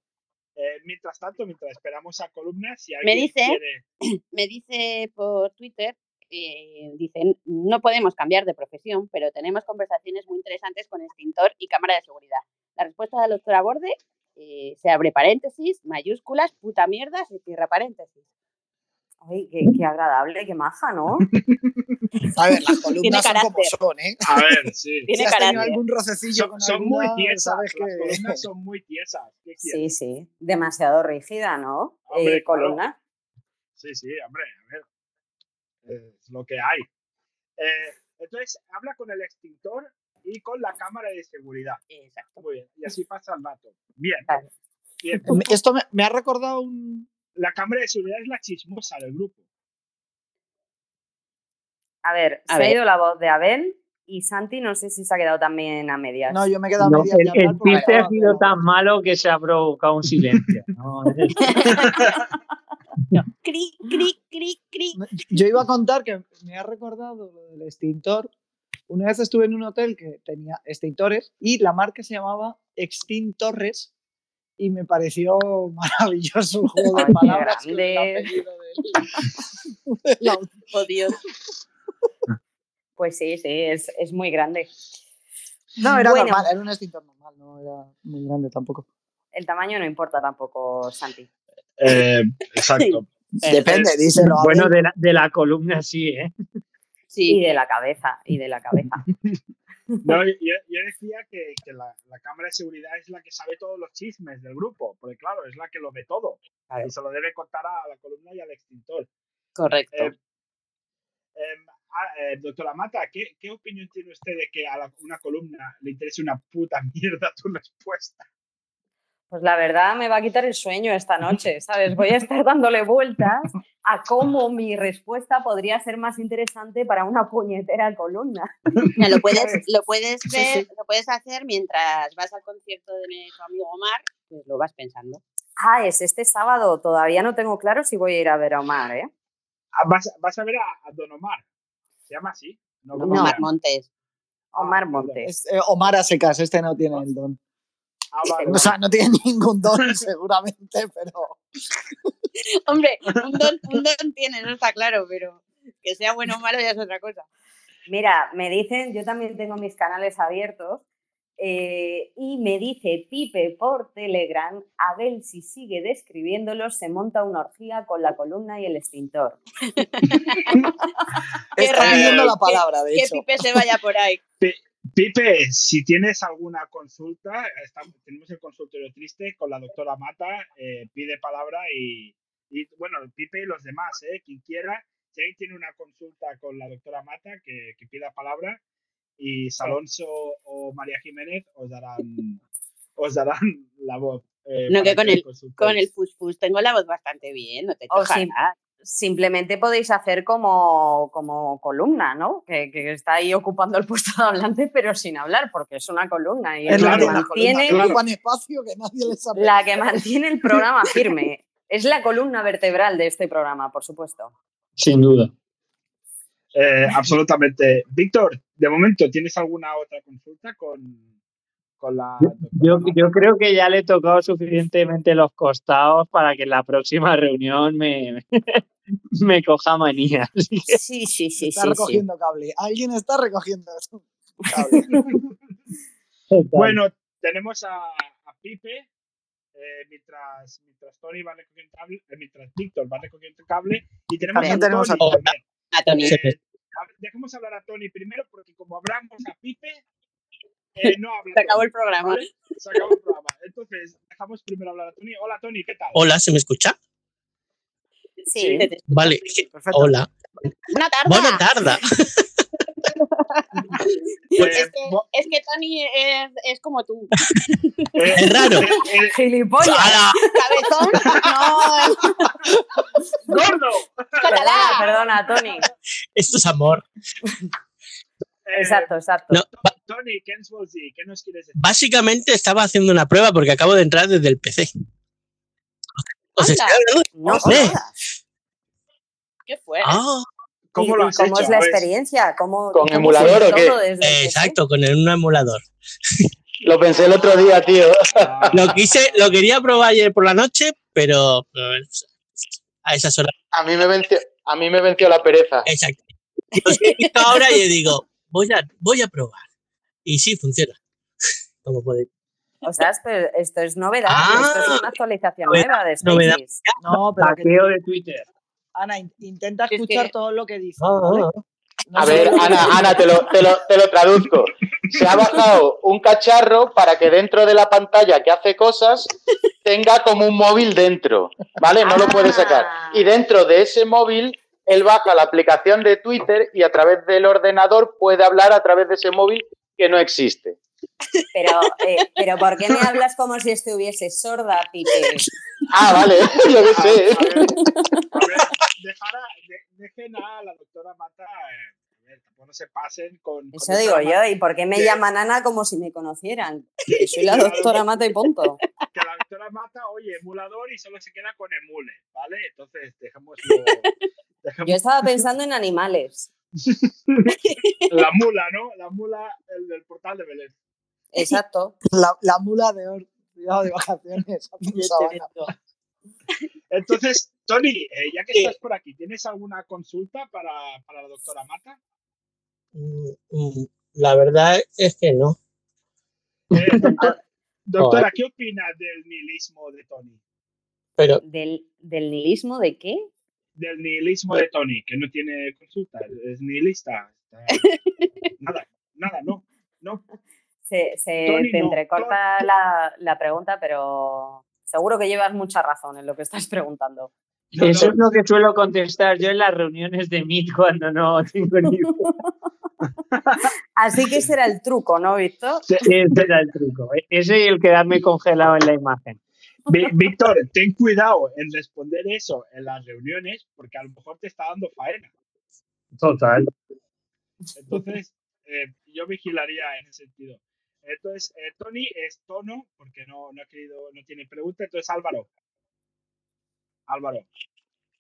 [SPEAKER 3] Eh, mientras tanto, mientras esperamos a columna, si alguien
[SPEAKER 5] dice?
[SPEAKER 3] quiere...
[SPEAKER 5] Me dice por Twitter, eh, dicen, no podemos cambiar de profesión, pero tenemos conversaciones muy interesantes con extintor y cámara de seguridad. La respuesta de la doctora Borde eh, se abre paréntesis, mayúsculas, puta mierda, se cierra paréntesis.
[SPEAKER 6] Ay, qué, qué agradable, qué maja, ¿no?
[SPEAKER 4] A ver, las columnas son como
[SPEAKER 5] carácter.
[SPEAKER 4] son, ¿eh?
[SPEAKER 3] A ver, sí.
[SPEAKER 5] Tiene
[SPEAKER 4] si has tenido
[SPEAKER 5] carácter.
[SPEAKER 4] algún rocecillo
[SPEAKER 3] Son,
[SPEAKER 4] con
[SPEAKER 3] son
[SPEAKER 4] alguna,
[SPEAKER 3] muy tiesas,
[SPEAKER 4] sabes
[SPEAKER 3] las
[SPEAKER 4] que...
[SPEAKER 3] columnas son muy tiesas. ¿Qué quieres?
[SPEAKER 6] Sí, sí. Demasiado rígida, ¿no?
[SPEAKER 3] Hombre,
[SPEAKER 6] Eh,
[SPEAKER 3] claro.
[SPEAKER 6] columna.
[SPEAKER 3] Sí, sí, hombre, a ver. Eh, Es lo que hay. Eh, entonces, habla con el extintor y con la cámara de seguridad.
[SPEAKER 5] Exacto.
[SPEAKER 3] Muy bien. Y así pasa el rato. Bien,
[SPEAKER 6] Vale.
[SPEAKER 3] bien.
[SPEAKER 4] Esto me, me ha recordado un...
[SPEAKER 3] La cámara de seguridad es la chismosa del grupo.
[SPEAKER 6] A ver,
[SPEAKER 5] A
[SPEAKER 6] se ha
[SPEAKER 5] ver.
[SPEAKER 6] ido la voz de Abel y Santi no sé si se ha quedado también a medias.
[SPEAKER 4] No, yo me he quedado a
[SPEAKER 7] No,
[SPEAKER 4] medias de
[SPEAKER 7] el,
[SPEAKER 4] hablar
[SPEAKER 7] el
[SPEAKER 4] porque
[SPEAKER 7] chiste ha
[SPEAKER 4] acabas de
[SPEAKER 7] sido
[SPEAKER 4] hablar.
[SPEAKER 7] tan malo que se ha provocado un silencio. ¿no?
[SPEAKER 5] Cri, cri, cri, cri.
[SPEAKER 4] Me- Yo iba a contar que me ha recordado lo del extintor Una vez estuve en un hotel que tenía extintores y la marca se llamaba Extintores y me pareció maravilloso un juego de
[SPEAKER 6] Ay, qué
[SPEAKER 4] palabras con el
[SPEAKER 6] grande.
[SPEAKER 4] apellido del- del autor.
[SPEAKER 5] Oh, Dios.
[SPEAKER 6] Pues sí, sí, es, es muy grande.
[SPEAKER 4] No, era
[SPEAKER 6] Bueno.
[SPEAKER 4] normal, era un extintor normal, no era muy grande tampoco.
[SPEAKER 6] El tamaño no importa tampoco, Santi.
[SPEAKER 3] Eh, exacto.
[SPEAKER 4] Depende, díselo a
[SPEAKER 7] Bueno,
[SPEAKER 4] Adel.
[SPEAKER 7] de la, de la columna sí, ¿eh?
[SPEAKER 6] Y
[SPEAKER 5] Sí,
[SPEAKER 6] de la cabeza, y de la cabeza.
[SPEAKER 3] No, yo, yo decía que, que la, la cámara de seguridad es la que sabe todos los chismes del grupo, porque claro, es la que lo ve todo. Y se lo debe contar a la columna y al extintor.
[SPEAKER 5] correcto.
[SPEAKER 3] Eh, Em, ah, eh, doctora Mata, ¿qué, qué opinión tiene usted de que a la- una columna le interese una puta mierda tu respuesta?
[SPEAKER 6] Pues la verdad me va a quitar el sueño esta noche, ¿sabes? Voy a estar dándole vueltas a cómo mi respuesta podría ser más interesante para una puñetera columna.
[SPEAKER 5] Mira, lo puedes, lo puedes
[SPEAKER 6] Sí,
[SPEAKER 5] ver, lo puedes hacer mientras vas al concierto de nuestro amigo Omar, pues lo vas pensando.
[SPEAKER 6] Ah, es este sábado. Todavía no tengo claro si voy a ir a ver a Omar, ¿eh?
[SPEAKER 3] Ah, Vas, vas a ver a, a Don Omar. ¿Se llama así? No,
[SPEAKER 5] No,
[SPEAKER 3] Don Omar.
[SPEAKER 5] Omar Montes.
[SPEAKER 6] Omar
[SPEAKER 3] Ah,
[SPEAKER 6] Montes.
[SPEAKER 4] Es, eh, Omar a secas, este no tiene el don.
[SPEAKER 3] Ah, vale,
[SPEAKER 4] O
[SPEAKER 3] vale.
[SPEAKER 4] sea, no tiene ningún don seguramente, pero
[SPEAKER 5] Hombre, un don, un don tiene, no está claro, pero que sea bueno o malo ya es otra cosa.
[SPEAKER 6] Mira, me dicen, yo también tengo mis canales abiertos, eh, y me dice Pipe por Telegram, Abel si sigue describiéndolos se monta una orgía con la columna y el extintor.
[SPEAKER 5] Qué
[SPEAKER 4] está
[SPEAKER 5] raro,
[SPEAKER 4] pidiendo la
[SPEAKER 5] qué-
[SPEAKER 4] palabra, de
[SPEAKER 5] Que
[SPEAKER 4] hecho.
[SPEAKER 5] Pipe se vaya por ahí.
[SPEAKER 3] Pipe, si tienes alguna consulta, estamos- tenemos el consultorio triste con la doctora Mata, eh, pide palabra y, y, bueno, Pipe y los demás, eh, quien quiera, si alguien tiene una consulta con la doctora Mata, que, que pida palabra y Salonso o María Jiménez os darán, os darán la voz. eh,
[SPEAKER 5] No,
[SPEAKER 3] para
[SPEAKER 5] que con el-
[SPEAKER 3] consultéis.
[SPEAKER 5] Con el fus-fus tengo la voz bastante bien, no te
[SPEAKER 6] O
[SPEAKER 5] chocarás.
[SPEAKER 6] sim- simplemente podéis hacer como, como columna, ¿no? Que, que está ahí ocupando el puesto de hablante pero sin hablar porque es una columna y
[SPEAKER 4] Es la
[SPEAKER 6] la, que
[SPEAKER 3] Claro,
[SPEAKER 4] de la columna,
[SPEAKER 6] mantiene,
[SPEAKER 4] que
[SPEAKER 3] claro.
[SPEAKER 4] ocupan espacio que nadie les ha
[SPEAKER 6] la que
[SPEAKER 4] pedido.
[SPEAKER 6] mantiene el programa firme. Es la columna vertebral de este programa, por supuesto.
[SPEAKER 7] Sin duda.
[SPEAKER 3] Eh, absolutamente. Víctor, de momento, ¿tienes alguna otra consulta con, con la doctora
[SPEAKER 7] Yo,
[SPEAKER 3] Mata?
[SPEAKER 7] yo creo que ya le he tocado suficientemente los costados para que en la próxima reunión me, me coja manía. Así que
[SPEAKER 6] Sí, sí, sí,
[SPEAKER 4] Está recogiendo cable. Alguien está recogiendo cable.
[SPEAKER 7] total.
[SPEAKER 3] Bueno, tenemos a, a Pipe. eh, mientras, mientras Tony va recogiendo cable, eh, mientras Víctor va recogiendo cable, y tenemos
[SPEAKER 4] También
[SPEAKER 3] a
[SPEAKER 4] tenemos a
[SPEAKER 3] Tony
[SPEAKER 7] Tony.
[SPEAKER 3] también.
[SPEAKER 5] A Ah, Tony.
[SPEAKER 3] Eh, a ver, dejemos hablar a Tony primero, porque como hablamos a Pipe, eh, no habla.
[SPEAKER 5] Se acabó
[SPEAKER 3] Tony,
[SPEAKER 5] el programa.
[SPEAKER 3] ¿vale? Se acabó el programa. Entonces, dejamos primero hablar a Tony. Hola, Tony, ¿qué tal?
[SPEAKER 8] Hola, ¿se me escucha?
[SPEAKER 6] Sí.
[SPEAKER 5] te- te escucho.
[SPEAKER 8] Vale.
[SPEAKER 4] Perfecto.
[SPEAKER 8] Hola.
[SPEAKER 5] Buena tarde.
[SPEAKER 8] Buena tarde.
[SPEAKER 5] es,
[SPEAKER 3] Eh,
[SPEAKER 4] Pues,
[SPEAKER 5] que,
[SPEAKER 3] bo-
[SPEAKER 5] es que Tony es, es como tú.
[SPEAKER 3] eh,
[SPEAKER 8] Es raro.
[SPEAKER 3] eh, eh,
[SPEAKER 6] ¡Gilipollas!
[SPEAKER 8] Ala,
[SPEAKER 5] Cabezón, no,
[SPEAKER 3] ¡Gordo!
[SPEAKER 5] es
[SPEAKER 6] Perdona,
[SPEAKER 5] catalán.
[SPEAKER 6] perdona, Tony.
[SPEAKER 8] Esto es amor.
[SPEAKER 3] Eh,
[SPEAKER 6] Exacto, exacto.
[SPEAKER 8] No, ba-
[SPEAKER 3] Tony, ¿qué nos vas a decir? ¿Qué nos quieres decir?
[SPEAKER 8] básicamente estaba haciendo una prueba porque acabo de entrar desde el PC. Os estoy
[SPEAKER 5] Anda.
[SPEAKER 8] hablando-
[SPEAKER 6] No,
[SPEAKER 8] Sí.
[SPEAKER 6] jodas.
[SPEAKER 5] ¿Qué fue?
[SPEAKER 8] Ah,
[SPEAKER 3] ¿Cómo
[SPEAKER 6] ¿Y-
[SPEAKER 3] lo
[SPEAKER 6] y
[SPEAKER 3] has
[SPEAKER 6] ¿Cómo
[SPEAKER 3] hecho? Pues
[SPEAKER 6] es la
[SPEAKER 3] A ver,
[SPEAKER 6] experiencia? ¿Cómo,
[SPEAKER 9] ¿Con
[SPEAKER 6] cómo
[SPEAKER 9] emulador
[SPEAKER 6] se
[SPEAKER 9] o qué?
[SPEAKER 6] todo desde el PC?
[SPEAKER 8] exacto, con el- un emulador.
[SPEAKER 9] Lo pensé el otro día, tío.
[SPEAKER 3] ah,
[SPEAKER 8] Lo quise, lo quería probar ayer por la noche, pero eh, a esas horas.
[SPEAKER 9] A mí me venció, a mí me venció la pereza.
[SPEAKER 8] Exacto. Lo que he visto ahora y digo, voy a, voy a probar. Y sí, funciona. Como podéis.
[SPEAKER 6] Ostras, pero esto es novedad.
[SPEAKER 8] Ah.
[SPEAKER 6] esto es una actualización
[SPEAKER 8] Novedad,
[SPEAKER 6] nueva de
[SPEAKER 8] novedad.
[SPEAKER 6] Spaces.
[SPEAKER 4] No, pero que,
[SPEAKER 7] Hackeo de Twitter.
[SPEAKER 4] Ana, in- intenta
[SPEAKER 5] Es que-
[SPEAKER 4] escuchar todo lo que dice. ¿vale?
[SPEAKER 8] Ah,
[SPEAKER 4] No
[SPEAKER 9] A
[SPEAKER 4] sé-
[SPEAKER 9] ver, Ana, Ana, te lo, te lo- te lo traduzco. Se ha bajado un cacharro para que dentro de la pantalla que hace cosas tenga como un móvil dentro, ¿vale? No lo puede sacar.
[SPEAKER 6] Ah.
[SPEAKER 9] Y dentro de ese móvil, él baja la aplicación de Twitter y a través del ordenador puede hablar a través de ese móvil que no existe.
[SPEAKER 6] Pero, eh, pero ¿por qué me hablas como si estuviese sorda, Pipe?
[SPEAKER 9] Ah, vale, yo qué
[SPEAKER 3] a, a
[SPEAKER 9] sé.
[SPEAKER 3] ver, a ver, dejar a- de- dejen a la doctora Mata, eh, a ver, tampoco no se pasen con... con
[SPEAKER 6] Eso
[SPEAKER 3] doctora
[SPEAKER 6] digo yo.
[SPEAKER 3] Mata,
[SPEAKER 6] ¿Y por qué me
[SPEAKER 3] que-
[SPEAKER 6] llaman Ana como si me conocieran? Que soy la doctora Mata y punto.
[SPEAKER 3] Que la doctora Mata, oye, emulador y solo se queda con emule, ¿vale? Entonces, dejémoslo...
[SPEAKER 6] Yo
[SPEAKER 3] dejémoslo
[SPEAKER 6] estaba pensando en animales.
[SPEAKER 3] La mula, ¿no? La mula el del portal de Belén.
[SPEAKER 6] Exacto.
[SPEAKER 4] La, la mula de oro. Cuidado de vacaciones. Sabana.
[SPEAKER 3] Entonces, Tony, eh, ya que estás por aquí, ¿tienes alguna consulta para, para la doctora Mata?
[SPEAKER 8] Mm, mm, La verdad es que no.
[SPEAKER 3] Eh, doctor- doctora, ¿qué opinas del nihilismo de Tony?
[SPEAKER 8] Pero
[SPEAKER 6] ¿Del, ¿Del nihilismo de qué?
[SPEAKER 3] Del nihilismo de Tony, que no tiene consulta, es nihilista. Eh, Nada, nada, no. No,
[SPEAKER 6] Se, se
[SPEAKER 3] Tony,
[SPEAKER 6] te
[SPEAKER 3] no.
[SPEAKER 6] entrecorta la, la pregunta, pero seguro que llevas mucha razón en lo que estás preguntando.
[SPEAKER 3] no,
[SPEAKER 7] Eso
[SPEAKER 3] no.
[SPEAKER 7] es lo que suelo contestar yo en las reuniones de Meet cuando no tengo ni idea.
[SPEAKER 6] Así que ese era el truco, ¿no, Víctor?
[SPEAKER 7] Ese era el truco. E-, Ese y el quedarme congelado en la imagen.
[SPEAKER 3] Vi- Víctor, ten cuidado en responder eso en las reuniones, porque a lo mejor te está dando faena.
[SPEAKER 7] Total.
[SPEAKER 3] Entonces, eh, yo vigilaría en ese sentido. Entonces, eh, Tony es tono, porque no, no ha querido, no tiene pregunta. Entonces, Álvaro. Álvaro.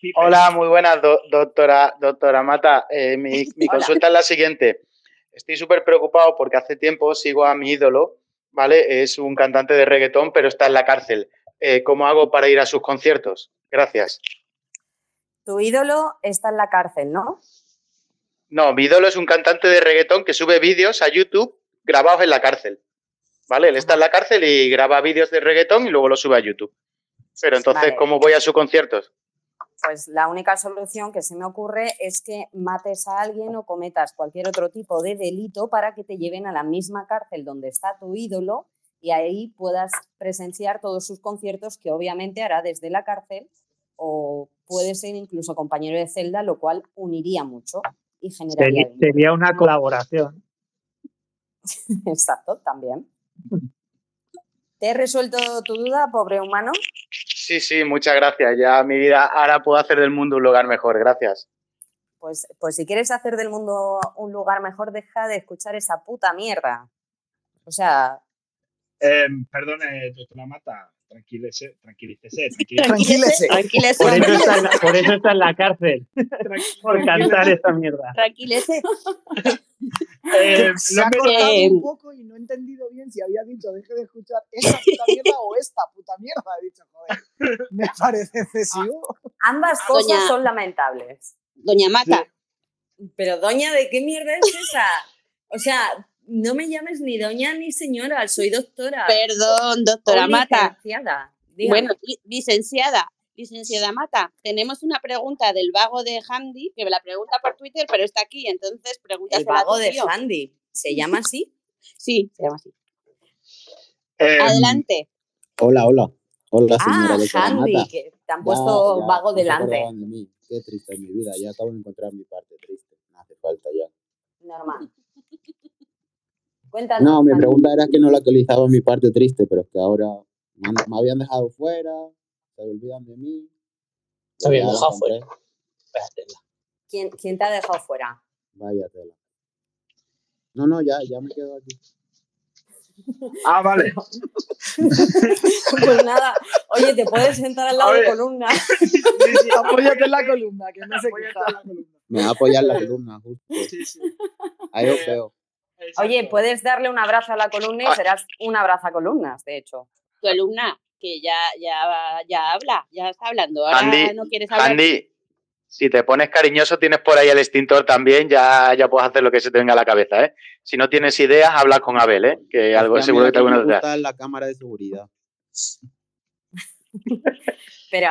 [SPEAKER 3] Pipe.
[SPEAKER 9] Hola, muy buenas, do- doctora, doctora Mata. Eh, mi mi
[SPEAKER 5] Hola.
[SPEAKER 9] consulta es la siguiente. Estoy súper preocupado porque hace tiempo sigo a mi ídolo, ¿vale? Es un cantante de reggaetón, pero está en la cárcel. Eh, ¿Cómo hago para ir a sus conciertos? Gracias.
[SPEAKER 6] Tu ídolo está en la cárcel, ¿no?
[SPEAKER 9] No, mi ídolo es un cantante de reggaetón que sube vídeos a YouTube grabados en la cárcel. ¿Vale? Él está en la cárcel y graba vídeos de reggaetón y luego los sube a YouTube. Pero entonces,
[SPEAKER 6] Vale.
[SPEAKER 9] ¿cómo voy a sus conciertos?
[SPEAKER 6] Pues la única solución que se me ocurre es que mates a alguien o cometas cualquier otro tipo de delito para que te lleven a la misma cárcel donde está tu ídolo y ahí puedas presenciar todos sus conciertos que obviamente hará desde la cárcel o puede ser incluso compañero de celda, lo cual uniría mucho y generaría
[SPEAKER 7] Sería,
[SPEAKER 6] vínculo.
[SPEAKER 7] sería una colaboración.
[SPEAKER 6] Exacto, también. ¿Te he resuelto tu duda, pobre humano?
[SPEAKER 9] Sí, sí, muchas gracias. Ya mi vida, ahora puedo hacer del mundo un lugar mejor. Gracias.
[SPEAKER 6] Pues, pues si quieres hacer del mundo un lugar mejor, deja de escuchar esa puta mierda. O sea,
[SPEAKER 3] Em, perdone, doctora Mata. Tranquilícese, tranquilícese, tranquilícese.
[SPEAKER 4] Tranquilícese.
[SPEAKER 5] Tranquilese,
[SPEAKER 7] Por eso está en la, por eso está en la cárcel. Por cantar esta mierda.
[SPEAKER 5] tranquilese.
[SPEAKER 3] Em,
[SPEAKER 4] Se
[SPEAKER 3] lo
[SPEAKER 4] ha
[SPEAKER 3] me-
[SPEAKER 4] cortado
[SPEAKER 5] Eh,
[SPEAKER 4] un poco y no he entendido bien si había dicho deje de escuchar esa puta mierda o esta puta mierda. He dicho, joder, me parece excesivo.
[SPEAKER 6] ambas
[SPEAKER 5] Ah,
[SPEAKER 6] cosas
[SPEAKER 5] doña-
[SPEAKER 6] son lamentables.
[SPEAKER 5] Doña Mata,
[SPEAKER 6] Pero doña, ¿de qué mierda es esa? O sea, no me llames ni doña ni señora, soy doctora.
[SPEAKER 5] perdón,
[SPEAKER 6] soy
[SPEAKER 5] doctora Mata.
[SPEAKER 6] licenciada. Dígame.
[SPEAKER 5] Bueno, li- licenciada, licenciada Mata, tenemos una pregunta del vago de Handy, que me la pregunta por Twitter, pero está aquí, entonces
[SPEAKER 6] el
[SPEAKER 5] pregúntasela
[SPEAKER 6] vago
[SPEAKER 5] tú,
[SPEAKER 6] de
[SPEAKER 5] tío.
[SPEAKER 6] Handy. ¿Se llama así?
[SPEAKER 5] Sí, se llama así.
[SPEAKER 3] em,
[SPEAKER 5] Adelante.
[SPEAKER 10] Hola, hola. Hola, señora
[SPEAKER 6] Ah,
[SPEAKER 10] doctora
[SPEAKER 6] Handy,
[SPEAKER 10] Mata.
[SPEAKER 6] que te han
[SPEAKER 10] Ya,
[SPEAKER 6] puesto
[SPEAKER 10] ya,
[SPEAKER 6] vago
[SPEAKER 10] no se
[SPEAKER 6] delante.
[SPEAKER 10] acordaban de mí. Qué triste es mi vida. Ya acabo de encontrar mi parte triste. No hace falta ya.
[SPEAKER 6] Normal. Cuéntanos.
[SPEAKER 10] No, mi
[SPEAKER 6] Handy.
[SPEAKER 10] pregunta era que no localizaba mi parte triste, pero es que ahora me, han- me habían dejado fuera, se olvidan de mí.
[SPEAKER 8] Se habían
[SPEAKER 10] Ya la
[SPEAKER 8] dejado
[SPEAKER 10] encontré.
[SPEAKER 8] espérate,
[SPEAKER 6] ¿Quién, quién te ha dejado fuera?
[SPEAKER 10] Vaya tela. No, no, ya, ya me quedo aquí.
[SPEAKER 3] ah, vale.
[SPEAKER 6] Pues nada, oye, te puedes sentar al lado
[SPEAKER 3] A
[SPEAKER 6] de
[SPEAKER 3] ver.
[SPEAKER 6] columna.
[SPEAKER 3] Sí, sí,
[SPEAKER 4] Apóyate en la columna, que no se
[SPEAKER 3] apóyate
[SPEAKER 4] queja.
[SPEAKER 3] en la columna.
[SPEAKER 10] Me va a apoyar la columna, justo.
[SPEAKER 3] Sí, sí,
[SPEAKER 10] Ahí
[SPEAKER 8] Eh,
[SPEAKER 10] os veo.
[SPEAKER 3] exacto.
[SPEAKER 6] Oye, puedes darle un abrazo a la columna y serás un abrazo a columnas, de hecho.
[SPEAKER 5] Tu alumna, que ya, ya, ya habla, ya está hablando. Ahora
[SPEAKER 9] Andy,
[SPEAKER 5] no quieres hablar.
[SPEAKER 9] Andy, si te pones cariñoso, tienes por ahí el extintor también, ya, ya puedes hacer lo que se te venga a la cabeza, ¿eh? Si no tienes ideas, habla con Abel, ¿eh? Que algo
[SPEAKER 10] Es que a mí
[SPEAKER 9] seguro
[SPEAKER 10] lo
[SPEAKER 9] que te alguna
[SPEAKER 10] me
[SPEAKER 9] idea.
[SPEAKER 10] gusta es la cámara de seguridad.
[SPEAKER 6] Pero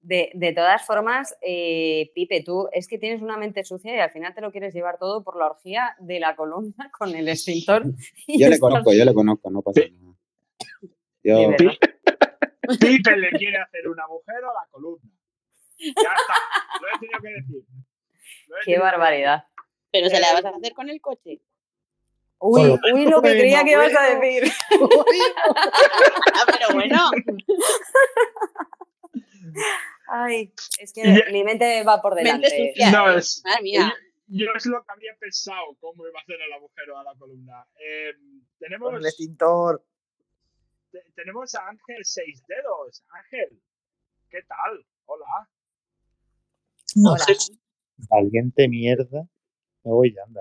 [SPEAKER 6] de, de todas formas, eh, Pipe, tú es que tienes una mente sucia y al final te lo quieres llevar todo por la orgía de la columna con el extintor. y
[SPEAKER 10] Yo le
[SPEAKER 6] estás-
[SPEAKER 11] Pues
[SPEAKER 10] conozco, yo le conozco, no pasa nada.
[SPEAKER 6] De
[SPEAKER 10] Yo,
[SPEAKER 6] verdad.
[SPEAKER 3] Pipe le quiere hacer un agujero a la columna. Ya está. Lo he tenido que decir. Lo he
[SPEAKER 6] Qué
[SPEAKER 3] tenido que
[SPEAKER 6] barbaridad.
[SPEAKER 5] Pero se la
[SPEAKER 3] Eh,
[SPEAKER 5] vas a hacer con el coche.
[SPEAKER 6] Uy, uy, lo que creía
[SPEAKER 4] Bueno,
[SPEAKER 6] que ibas a
[SPEAKER 4] bueno.
[SPEAKER 6] decir.
[SPEAKER 5] Ah, pero bueno,
[SPEAKER 6] Ay, es que
[SPEAKER 3] Ya.
[SPEAKER 6] mi mente va por
[SPEAKER 5] mente
[SPEAKER 6] delante.
[SPEAKER 5] sucia.
[SPEAKER 3] No,
[SPEAKER 5] eh.
[SPEAKER 3] es-
[SPEAKER 5] Madre mía.
[SPEAKER 3] Yo, yo es lo que había pensado, cómo iba a hacer el agujero a la columna. Eh, tenemos,
[SPEAKER 4] Con el extintor.
[SPEAKER 3] te- tenemos a Ángel Seis Dedos. Ángel, ¿qué tal? Hola.
[SPEAKER 8] No,
[SPEAKER 6] Hola.
[SPEAKER 8] Jesús.
[SPEAKER 11] Valiente mierda. Me voy ya, anda.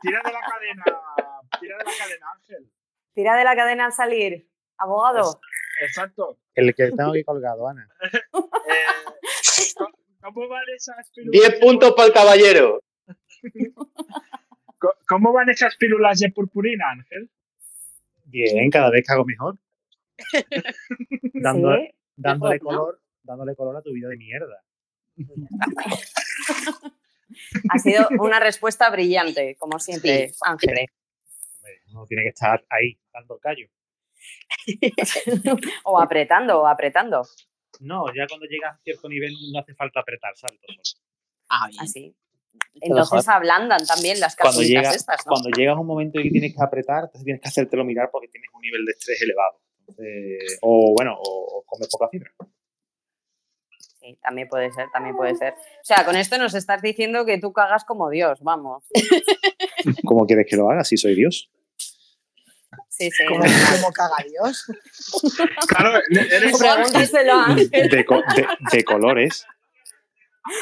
[SPEAKER 3] Tira de la cadena. Tira de la cadena, Ángel.
[SPEAKER 6] Tira de la cadena al salir. Abogado.
[SPEAKER 3] Exacto.
[SPEAKER 11] El que tengo aquí colgado, Ana.
[SPEAKER 3] ¿Cómo van esas pirulas?
[SPEAKER 9] 10 puntos para el caballero.
[SPEAKER 3] Co- ¿Cómo van esas pirulas de purpurina, Ángel?
[SPEAKER 11] Bien, cada vez que hago mejor. Dando- ¿eh?
[SPEAKER 6] Sí.
[SPEAKER 11] dándole,
[SPEAKER 6] Mejor, ¿no?
[SPEAKER 11] color, dándole color a tu vida de mierda.
[SPEAKER 6] Ha sido una respuesta brillante, como siempre, Ángel.
[SPEAKER 11] Hombre, Uno tiene que estar ahí, dando el callo.
[SPEAKER 6] O apretando, o apretando.
[SPEAKER 11] No, ya cuando llegas a cierto nivel no hace falta apretar salto solo.
[SPEAKER 8] Ah, bien.
[SPEAKER 6] Así. Entonces ablandan también las
[SPEAKER 11] Cuando
[SPEAKER 6] capsulitas
[SPEAKER 11] llegas,
[SPEAKER 6] estas, ¿no?
[SPEAKER 11] cuando llegas a un momento en que tienes que apretar, entonces tienes que hacértelo mirar porque tienes un nivel de estrés elevado. Entonces, o bueno, o, o comes poca fibra.
[SPEAKER 6] Sí, también puede ser, también puede ser. O sea, con esto nos estás diciendo que tú cagas como Dios, vamos.
[SPEAKER 11] ¿Cómo quieres que lo haga? Si soy Dios.
[SPEAKER 6] Sí, sí.
[SPEAKER 4] ¿Cómo, cómo caga Dios?
[SPEAKER 3] Claro, eres
[SPEAKER 6] Pregúnteselo a Ángel.
[SPEAKER 11] De, co- de- de colores.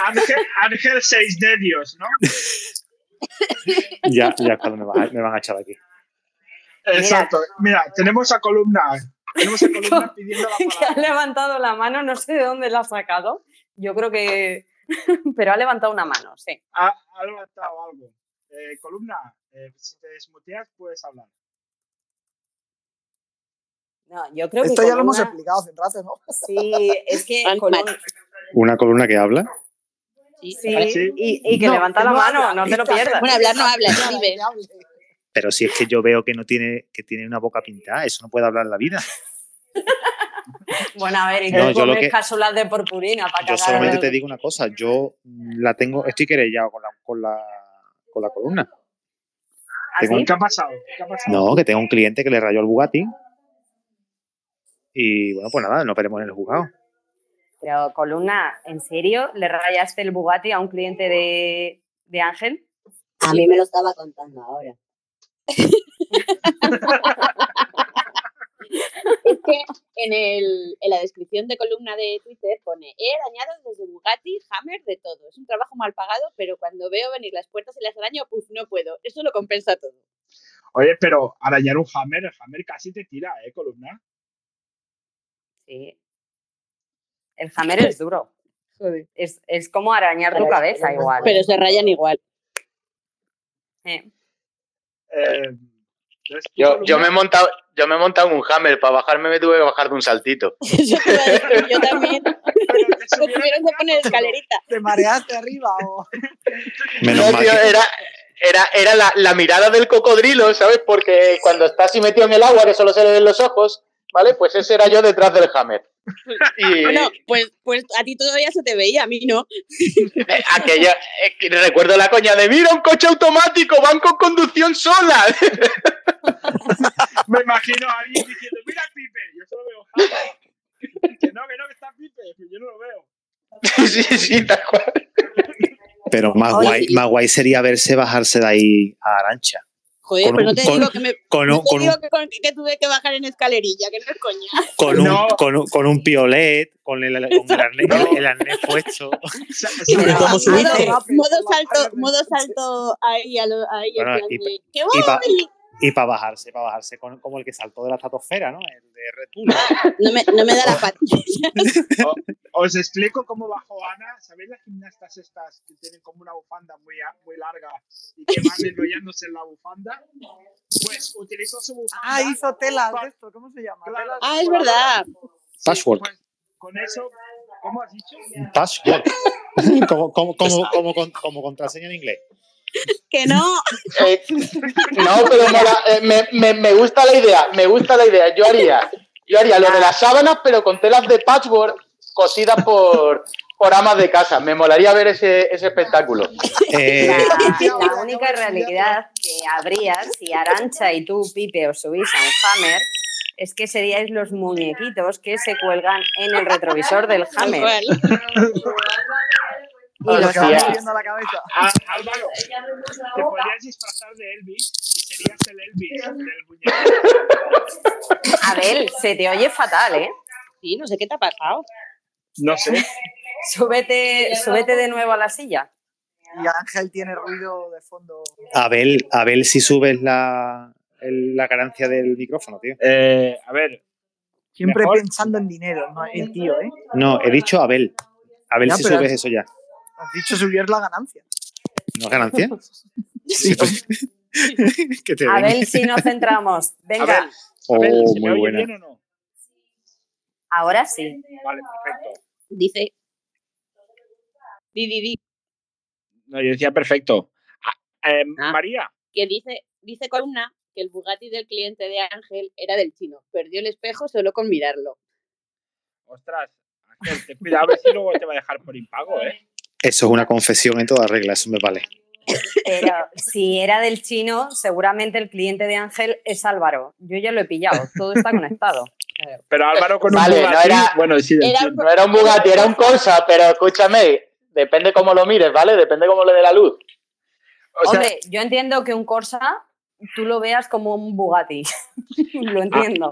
[SPEAKER 3] Ángel, Ángel seis de Dios, ¿no?
[SPEAKER 11] Ya, ya es cuando me, vas a- me van a echar de aquí.
[SPEAKER 3] Exacto. Mira, tenemos a columna. Tenemos a columna pidiendo la
[SPEAKER 6] que ha
[SPEAKER 3] palabra.
[SPEAKER 6] levantado la mano, no sé de dónde la ha sacado. Yo creo que. Pero ha levantado una mano, sí.
[SPEAKER 3] Ha, ha levantado algo. Eh, columna, eh, si te desmuteas puedes hablar.
[SPEAKER 6] No, yo creo
[SPEAKER 4] Esto
[SPEAKER 6] que.
[SPEAKER 4] ya lo hemos
[SPEAKER 6] Columna-
[SPEAKER 4] explicado hace un rato, ¿no?
[SPEAKER 6] Sí, es que.
[SPEAKER 5] Al
[SPEAKER 6] Columna-
[SPEAKER 5] mar.
[SPEAKER 11] Una columna que habla.
[SPEAKER 5] Sí,
[SPEAKER 6] Sí,
[SPEAKER 3] parece-
[SPEAKER 6] y, y que
[SPEAKER 4] No,
[SPEAKER 6] levanta
[SPEAKER 4] que
[SPEAKER 6] la
[SPEAKER 4] no
[SPEAKER 6] mano,
[SPEAKER 4] habla.
[SPEAKER 6] no te lo
[SPEAKER 4] Esta
[SPEAKER 6] pierdas.
[SPEAKER 5] Bueno, hablar no habla,
[SPEAKER 4] Nada,
[SPEAKER 5] escribe.
[SPEAKER 4] que hable.
[SPEAKER 11] Pero si es que yo veo que no tiene, que tiene una boca pintada, eso no puede hablar en la vida.
[SPEAKER 6] Bueno, a ver, y tú
[SPEAKER 11] No, yo lo
[SPEAKER 6] comes
[SPEAKER 11] que-
[SPEAKER 6] cápsulas de purpurina para
[SPEAKER 11] Yo
[SPEAKER 6] cagar.
[SPEAKER 11] solamente te digo una cosa, yo mm, la tengo, estoy querellado con la, con la, con la columna.
[SPEAKER 6] ¿Ah,
[SPEAKER 11] tengo
[SPEAKER 6] sí?
[SPEAKER 3] ¿Qué ha pasado? ¿Qué ha pasado?
[SPEAKER 11] No, que tengo un cliente que le rayó el Bugatti. Y bueno, pues nada, nos veremos en el juzgado.
[SPEAKER 6] Pero, Columna, ¿en serio le rayaste el Bugatti a un cliente de, de Ángel?
[SPEAKER 12] A mí me lo estaba contando ahora.
[SPEAKER 5] Es que en, el, en la descripción de columna de Twitter pone he arañado desde Bugatti, Hammer, de todo. Es un trabajo mal pagado, pero cuando veo venir las puertas y las araño, puf, no puedo. Eso lo compensa todo.
[SPEAKER 3] Oye, pero arañar un hammer, el hammer casi te tira, ¿eh, columna?
[SPEAKER 6] Sí. El Hammer es duro. Es, es como arañar tu
[SPEAKER 12] Pero-
[SPEAKER 6] cabeza igual.
[SPEAKER 5] Pero se rayan igual.
[SPEAKER 6] Eh,
[SPEAKER 3] Eh, entonces, tú,
[SPEAKER 9] Yo,
[SPEAKER 3] Columna,
[SPEAKER 9] yo me he montado, yo me he montado en un hammer. Para bajarme me tuve que bajar de un saltito.
[SPEAKER 5] Eso te iba a decir yo también.
[SPEAKER 3] pero te
[SPEAKER 5] Me
[SPEAKER 3] subieron
[SPEAKER 5] tuvieron que poner
[SPEAKER 3] gatos, ¿o no?
[SPEAKER 5] escalerita.
[SPEAKER 4] ¿Te mareaste arriba o...?
[SPEAKER 11] Menos
[SPEAKER 9] No,
[SPEAKER 11] mal
[SPEAKER 9] tío,
[SPEAKER 11] que-
[SPEAKER 9] era, era, era la, la mirada del cocodrilo, ¿sabes? Porque cuando está así metido en el agua, que solo se le ven los ojos, ¿vale? Pues ese era yo detrás del hammer. Y
[SPEAKER 5] Bueno, pues, pues a ti todavía se te veía, a mí no.
[SPEAKER 9] eh, aquella, eh, que recuerdo la coña de, mira, un coche automático, van con conducción sola.
[SPEAKER 3] Me imagino a alguien diciendo, mira Pipe, yo solo veo hammer. Que no, que no, que está Pipe, que yo no lo veo.
[SPEAKER 9] sí, sí, tal cual.
[SPEAKER 11] Pero más
[SPEAKER 6] Oye,
[SPEAKER 11] guay, más guay sería verse bajarse de ahí a Arancha.
[SPEAKER 5] Joder,
[SPEAKER 11] Con
[SPEAKER 5] pues no
[SPEAKER 11] un-
[SPEAKER 5] te
[SPEAKER 11] con-
[SPEAKER 5] digo que me.
[SPEAKER 11] Con
[SPEAKER 5] No
[SPEAKER 11] un,
[SPEAKER 5] te
[SPEAKER 11] con un,
[SPEAKER 5] digo que, con- que tuve que bajar en escalerilla, que no es coña.
[SPEAKER 11] con un,
[SPEAKER 3] No.
[SPEAKER 11] con un- con un piolet, con el, con el arnés, el- el arnés puesto.
[SPEAKER 3] Sa-
[SPEAKER 8] Sí,
[SPEAKER 3] sa-
[SPEAKER 8] pero
[SPEAKER 6] Pero
[SPEAKER 8] ¿cómo
[SPEAKER 6] bajado,
[SPEAKER 8] subiste?
[SPEAKER 4] bajado.
[SPEAKER 5] Modo
[SPEAKER 4] Por la
[SPEAKER 5] salto,
[SPEAKER 4] parte de-
[SPEAKER 5] modo salto ahí, a lo- ahí en
[SPEAKER 11] Bueno,
[SPEAKER 5] plan
[SPEAKER 11] Ah, y-
[SPEAKER 5] de, ¡Que
[SPEAKER 11] y pa-
[SPEAKER 5] voy!
[SPEAKER 11] Y para bajarse, para bajarse con- como el que saltó de la estratosfera, ¿no? El de Red Bull.
[SPEAKER 5] No me, no me da la patilla.
[SPEAKER 3] Os explico cómo bajó Ana. ¿Sabéis las gimnastas estas que tienen como una bufanda muy, a- muy larga y que van enrollándose en la bufanda? Pues utilizó su bufanda.
[SPEAKER 4] Ah, hizo telas
[SPEAKER 3] pa-
[SPEAKER 4] de esto, ¿cómo se llama?
[SPEAKER 3] Claro.
[SPEAKER 4] Telas-
[SPEAKER 5] Ah, es verdad.
[SPEAKER 3] Sí,
[SPEAKER 11] Password.
[SPEAKER 3] pues con eso, ¿cómo has dicho?
[SPEAKER 11] Password. como, como, como, como, con- como contraseña en inglés.
[SPEAKER 5] Que no.
[SPEAKER 9] Eh, no, pero mola, eh, me, me- me gusta la idea, me gusta la idea. Yo haría, yo haría lo de las sábanas, pero con telas de patchwork cosidas por, por amas de casa. Me molaría ver ese, ese espectáculo.
[SPEAKER 11] Eh,
[SPEAKER 6] La,
[SPEAKER 4] Cuidado,
[SPEAKER 6] la
[SPEAKER 4] cuidado,
[SPEAKER 6] única
[SPEAKER 4] cuidado.
[SPEAKER 6] realidad que habría si Arancha y tú, Pipe, os subís a un Hammer es que seríais los muñequitos que se cuelgan en el retrovisor del
[SPEAKER 5] Tal
[SPEAKER 6] Hammer.
[SPEAKER 5] cual.
[SPEAKER 4] Ah,
[SPEAKER 6] Y
[SPEAKER 4] lo
[SPEAKER 6] los
[SPEAKER 4] que va
[SPEAKER 9] Hostia.
[SPEAKER 4] moviendo la cabeza.
[SPEAKER 3] Ah, Álvaro, te podrías disfrazar de Elvis y serías el Elvis del muñeco.
[SPEAKER 6] Abel, se te oye fatal, ¿eh?
[SPEAKER 5] Sí, no sé qué te ha pasado.
[SPEAKER 3] No sé.
[SPEAKER 6] Súbete, súbete de nuevo a la silla.
[SPEAKER 4] Y Ángel tiene ruido de fondo.
[SPEAKER 11] Abel, Abel, si subes la, el- la ganancia del micrófono, tío.
[SPEAKER 3] Eh, a ver.
[SPEAKER 4] Siempre pensando en dinero, no en tío, ¿eh?
[SPEAKER 11] No, he dicho Abel. Abel,
[SPEAKER 4] Ya,
[SPEAKER 11] si
[SPEAKER 4] pero
[SPEAKER 11] subes
[SPEAKER 4] has-
[SPEAKER 11] eso ya.
[SPEAKER 4] Has dicho subir la ganancia.
[SPEAKER 11] ¿No es ganancia?
[SPEAKER 4] Sí,
[SPEAKER 11] que te
[SPEAKER 6] A
[SPEAKER 11] den.
[SPEAKER 6] ver si nos centramos. Venga,
[SPEAKER 5] Abel,
[SPEAKER 11] Oh,
[SPEAKER 5] ¿se
[SPEAKER 11] muy
[SPEAKER 5] me oye
[SPEAKER 11] buena.
[SPEAKER 5] bien
[SPEAKER 6] ahora sí.
[SPEAKER 3] Vale, perfecto.
[SPEAKER 5] Dice. Di, di, di.
[SPEAKER 3] No, yo decía perfecto. Ah, eh, María,
[SPEAKER 5] que dice, dice Columna que el Bugatti del cliente de Ángel era del chino. Perdió el espejo solo con mirarlo.
[SPEAKER 3] ostras, Ángel, ten cuidado a ver si luego te va a dejar por impago, ¿eh?
[SPEAKER 11] Eso es una confesión en toda regla, eso me vale.
[SPEAKER 6] Pero si era del chino, seguramente el cliente de Ángel es Álvaro. Yo ya lo he pillado, todo está conectado.
[SPEAKER 3] Pero Álvaro con
[SPEAKER 9] Vale,
[SPEAKER 3] un
[SPEAKER 9] no
[SPEAKER 3] Bugatti,
[SPEAKER 9] era-
[SPEAKER 3] bueno, sí, del chino.
[SPEAKER 9] No era un Bugatti, era un Corsa, pero escúchame, depende cómo lo mires, ¿vale? Depende cómo le dé la luz. O sea-
[SPEAKER 6] Hombre, yo entiendo que un Corsa tú lo veas como un Bugatti.
[SPEAKER 9] Ah,
[SPEAKER 6] lo entiendo.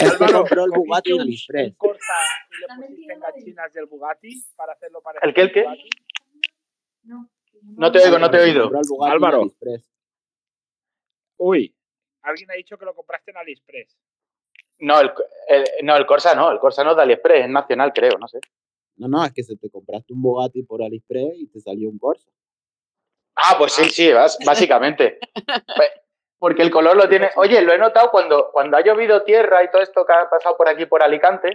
[SPEAKER 3] Álvaro,
[SPEAKER 10] compró el Bugatti
[SPEAKER 3] ¿cogiste
[SPEAKER 10] en
[SPEAKER 3] un-
[SPEAKER 10] Aliexpress.
[SPEAKER 3] un Corsa y le pusiste en gachinas del Bugatti para hacerlo parecer
[SPEAKER 9] ¿El qué, el qué?
[SPEAKER 3] Bugatti?
[SPEAKER 9] No te oigo, no te he oído.
[SPEAKER 10] Compró el Bugatti en
[SPEAKER 3] Álvaro.
[SPEAKER 10] AliExpress.
[SPEAKER 3] Uy, alguien ha dicho que lo compraste en AliExpress.
[SPEAKER 9] No el, el- no, el Corsa no, el Corsa no es de AliExpress, es nacional, creo, no sé.
[SPEAKER 10] No, no, es que se te compraste un Bugatti por AliExpress y te salió un Corsa.
[SPEAKER 9] Ah, pues sí, sí, bas- básicamente. Pues, Porque el color lo tiene. Oye, lo he notado cuando, cuando ha llovido tierra y todo esto que ha pasado por aquí, por Alicante.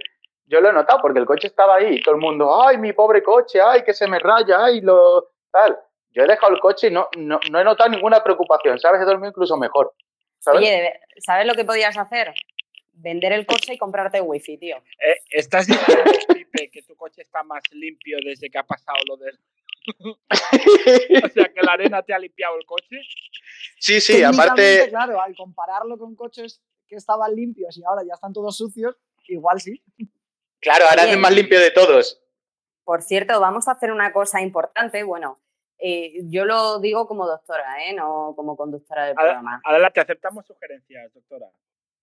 [SPEAKER 9] Yo lo he notado porque el coche estaba ahí y todo el mundo, ay, mi pobre coche, ay, que se me raya, ay, lo. tal. Yo he dejado el coche y no, no, no he notado ninguna preocupación, ¿sabes? He dormido incluso mejor. ¿Sabes?
[SPEAKER 6] Oye, de- ¿sabes lo que podías hacer? Vender el Corsa y comprarte wifi, tío.
[SPEAKER 3] Eh, ¿Estás diciendo, Pipe, que tu coche está más limpio desde que ha pasado lo del. o sea, que la arena te ha limpiado el coche?
[SPEAKER 9] Sí,
[SPEAKER 4] Técnicamente, Claro, al compararlo con coches que estaban limpios y ahora ya están todos sucios, igual sí.
[SPEAKER 9] Claro, ahora es
[SPEAKER 6] Bien.
[SPEAKER 9] el más limpio de todos.
[SPEAKER 6] Por cierto, vamos a hacer una cosa importante. Bueno, eh, yo lo digo como doctora, ¿eh? no como conductora del programa.
[SPEAKER 3] Ad- Adelante, aceptamos sugerencias, doctora.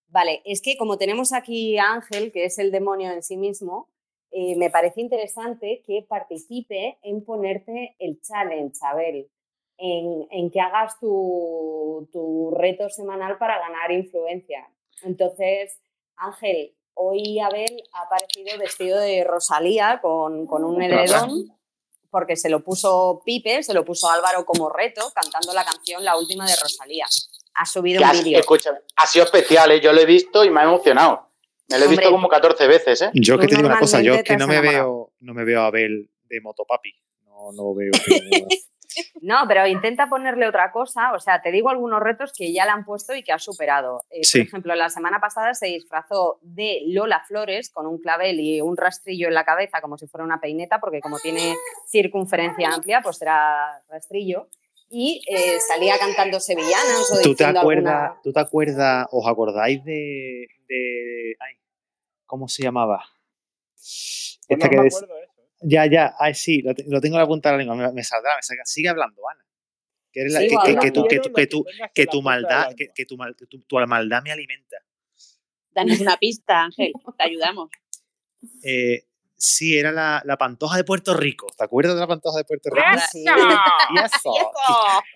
[SPEAKER 6] Vale, es que como tenemos aquí a Ángel, que es el demonio en sí mismo, eh, me parece interesante que participe en ponerte el challenge, Abel, en, en que hagas tu, tu reto semanal para ganar influencia. Entonces, Ángel, hoy Abel ha aparecido vestido de Rosalía con, con un edredón, porque se lo puso Pipe, se lo puso Álvaro como reto, cantando la canción La Última de Rosalía. Ha subido
[SPEAKER 9] Que
[SPEAKER 6] un
[SPEAKER 9] ha-
[SPEAKER 6] vídeo.
[SPEAKER 9] escúchame, ha sido especial, ¿eh? yo lo he visto y me ha emocionado. Me lo he visto
[SPEAKER 6] Hombre.
[SPEAKER 9] como 14 veces, ¿eh?
[SPEAKER 11] Yo
[SPEAKER 6] Tú
[SPEAKER 11] que te digo una cosa, yo
[SPEAKER 6] normalmente
[SPEAKER 11] es que
[SPEAKER 6] te has
[SPEAKER 11] no me
[SPEAKER 6] enamorado.
[SPEAKER 11] veo, no me veo a Abel de motopapi. No, no veo.
[SPEAKER 6] No, pero intenta ponerle otra cosa. O sea, te digo algunos retos que ya le han puesto y que ha superado. Eh,
[SPEAKER 11] Sí.
[SPEAKER 6] Por ejemplo, la semana pasada se disfrazó de Lola Flores con un clavel y un rastrillo en la cabeza como si fuera una peineta, porque como tiene circunferencia amplia, pues será rastrillo. Y eh, salía cantando sevillanas o
[SPEAKER 11] ¿Tú te
[SPEAKER 6] diciendo
[SPEAKER 11] acuerdas,
[SPEAKER 6] alguna...
[SPEAKER 11] tú te acuerdas, os acordáis de, de- ay, ¿cómo se llamaba?
[SPEAKER 10] Este
[SPEAKER 3] Pues
[SPEAKER 11] Esta
[SPEAKER 3] no me
[SPEAKER 11] des-
[SPEAKER 3] acuerdo, ¿eh?
[SPEAKER 11] Ya, ya, ay, sí, lo, te- lo tengo en la punta de la lengua, me, me saldrá, me salga. Sigue hablando, Ana. Que, eres la-
[SPEAKER 6] Sigo
[SPEAKER 11] que- que- que
[SPEAKER 6] hablando.
[SPEAKER 11] tú, que,
[SPEAKER 3] Quiero
[SPEAKER 11] tú-
[SPEAKER 3] lo
[SPEAKER 11] que
[SPEAKER 3] que
[SPEAKER 11] tú-
[SPEAKER 3] tengas
[SPEAKER 11] que
[SPEAKER 3] en la
[SPEAKER 11] tu
[SPEAKER 3] punta de la
[SPEAKER 11] maldad,
[SPEAKER 3] lengua.
[SPEAKER 11] que, que tu, mal- que tu- tu maldad me alimenta.
[SPEAKER 5] Danos una pista, Ángel. Te ayudamos.
[SPEAKER 11] Eh, sí, era la, la pantoja de Puerto Rico. ¿Te acuerdas de la pantoja de Puerto Rico?
[SPEAKER 6] Ah, sí.
[SPEAKER 11] Y eso.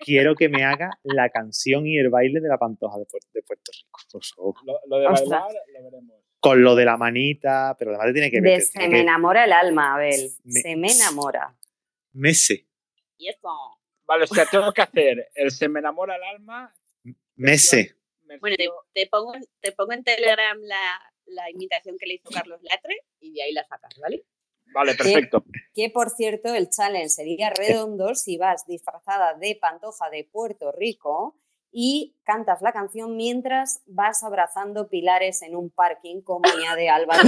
[SPEAKER 11] Quiero que me haga la canción y el baile de la pantoja de, Puer- de Puerto Rico, por favor.
[SPEAKER 3] Lo, lo de
[SPEAKER 6] Ostras.
[SPEAKER 3] bailar lo veremos.
[SPEAKER 11] Con lo de la manita, pero además te tiene
[SPEAKER 6] De
[SPEAKER 11] que ver.
[SPEAKER 6] se me enamora el alma, Abel.
[SPEAKER 11] Me-
[SPEAKER 6] Se me enamora.
[SPEAKER 11] Mese.
[SPEAKER 5] Y eso.
[SPEAKER 3] Vale, o sea, tengo que hacer el se me enamora el alma.
[SPEAKER 11] Mese.
[SPEAKER 5] Bueno, te, te pongo, en- te pongo en Telegram la, la imitación que le hizo Carlos Latre y de ahí la sacas, ¿vale?
[SPEAKER 3] Vale, perfecto.
[SPEAKER 6] Que por cierto, el challenge sería redondo si vas disfrazada de pantoja de Puerto Rico y cantas la canción mientras vas abrazando pilares en un parking como mía de Álvaro,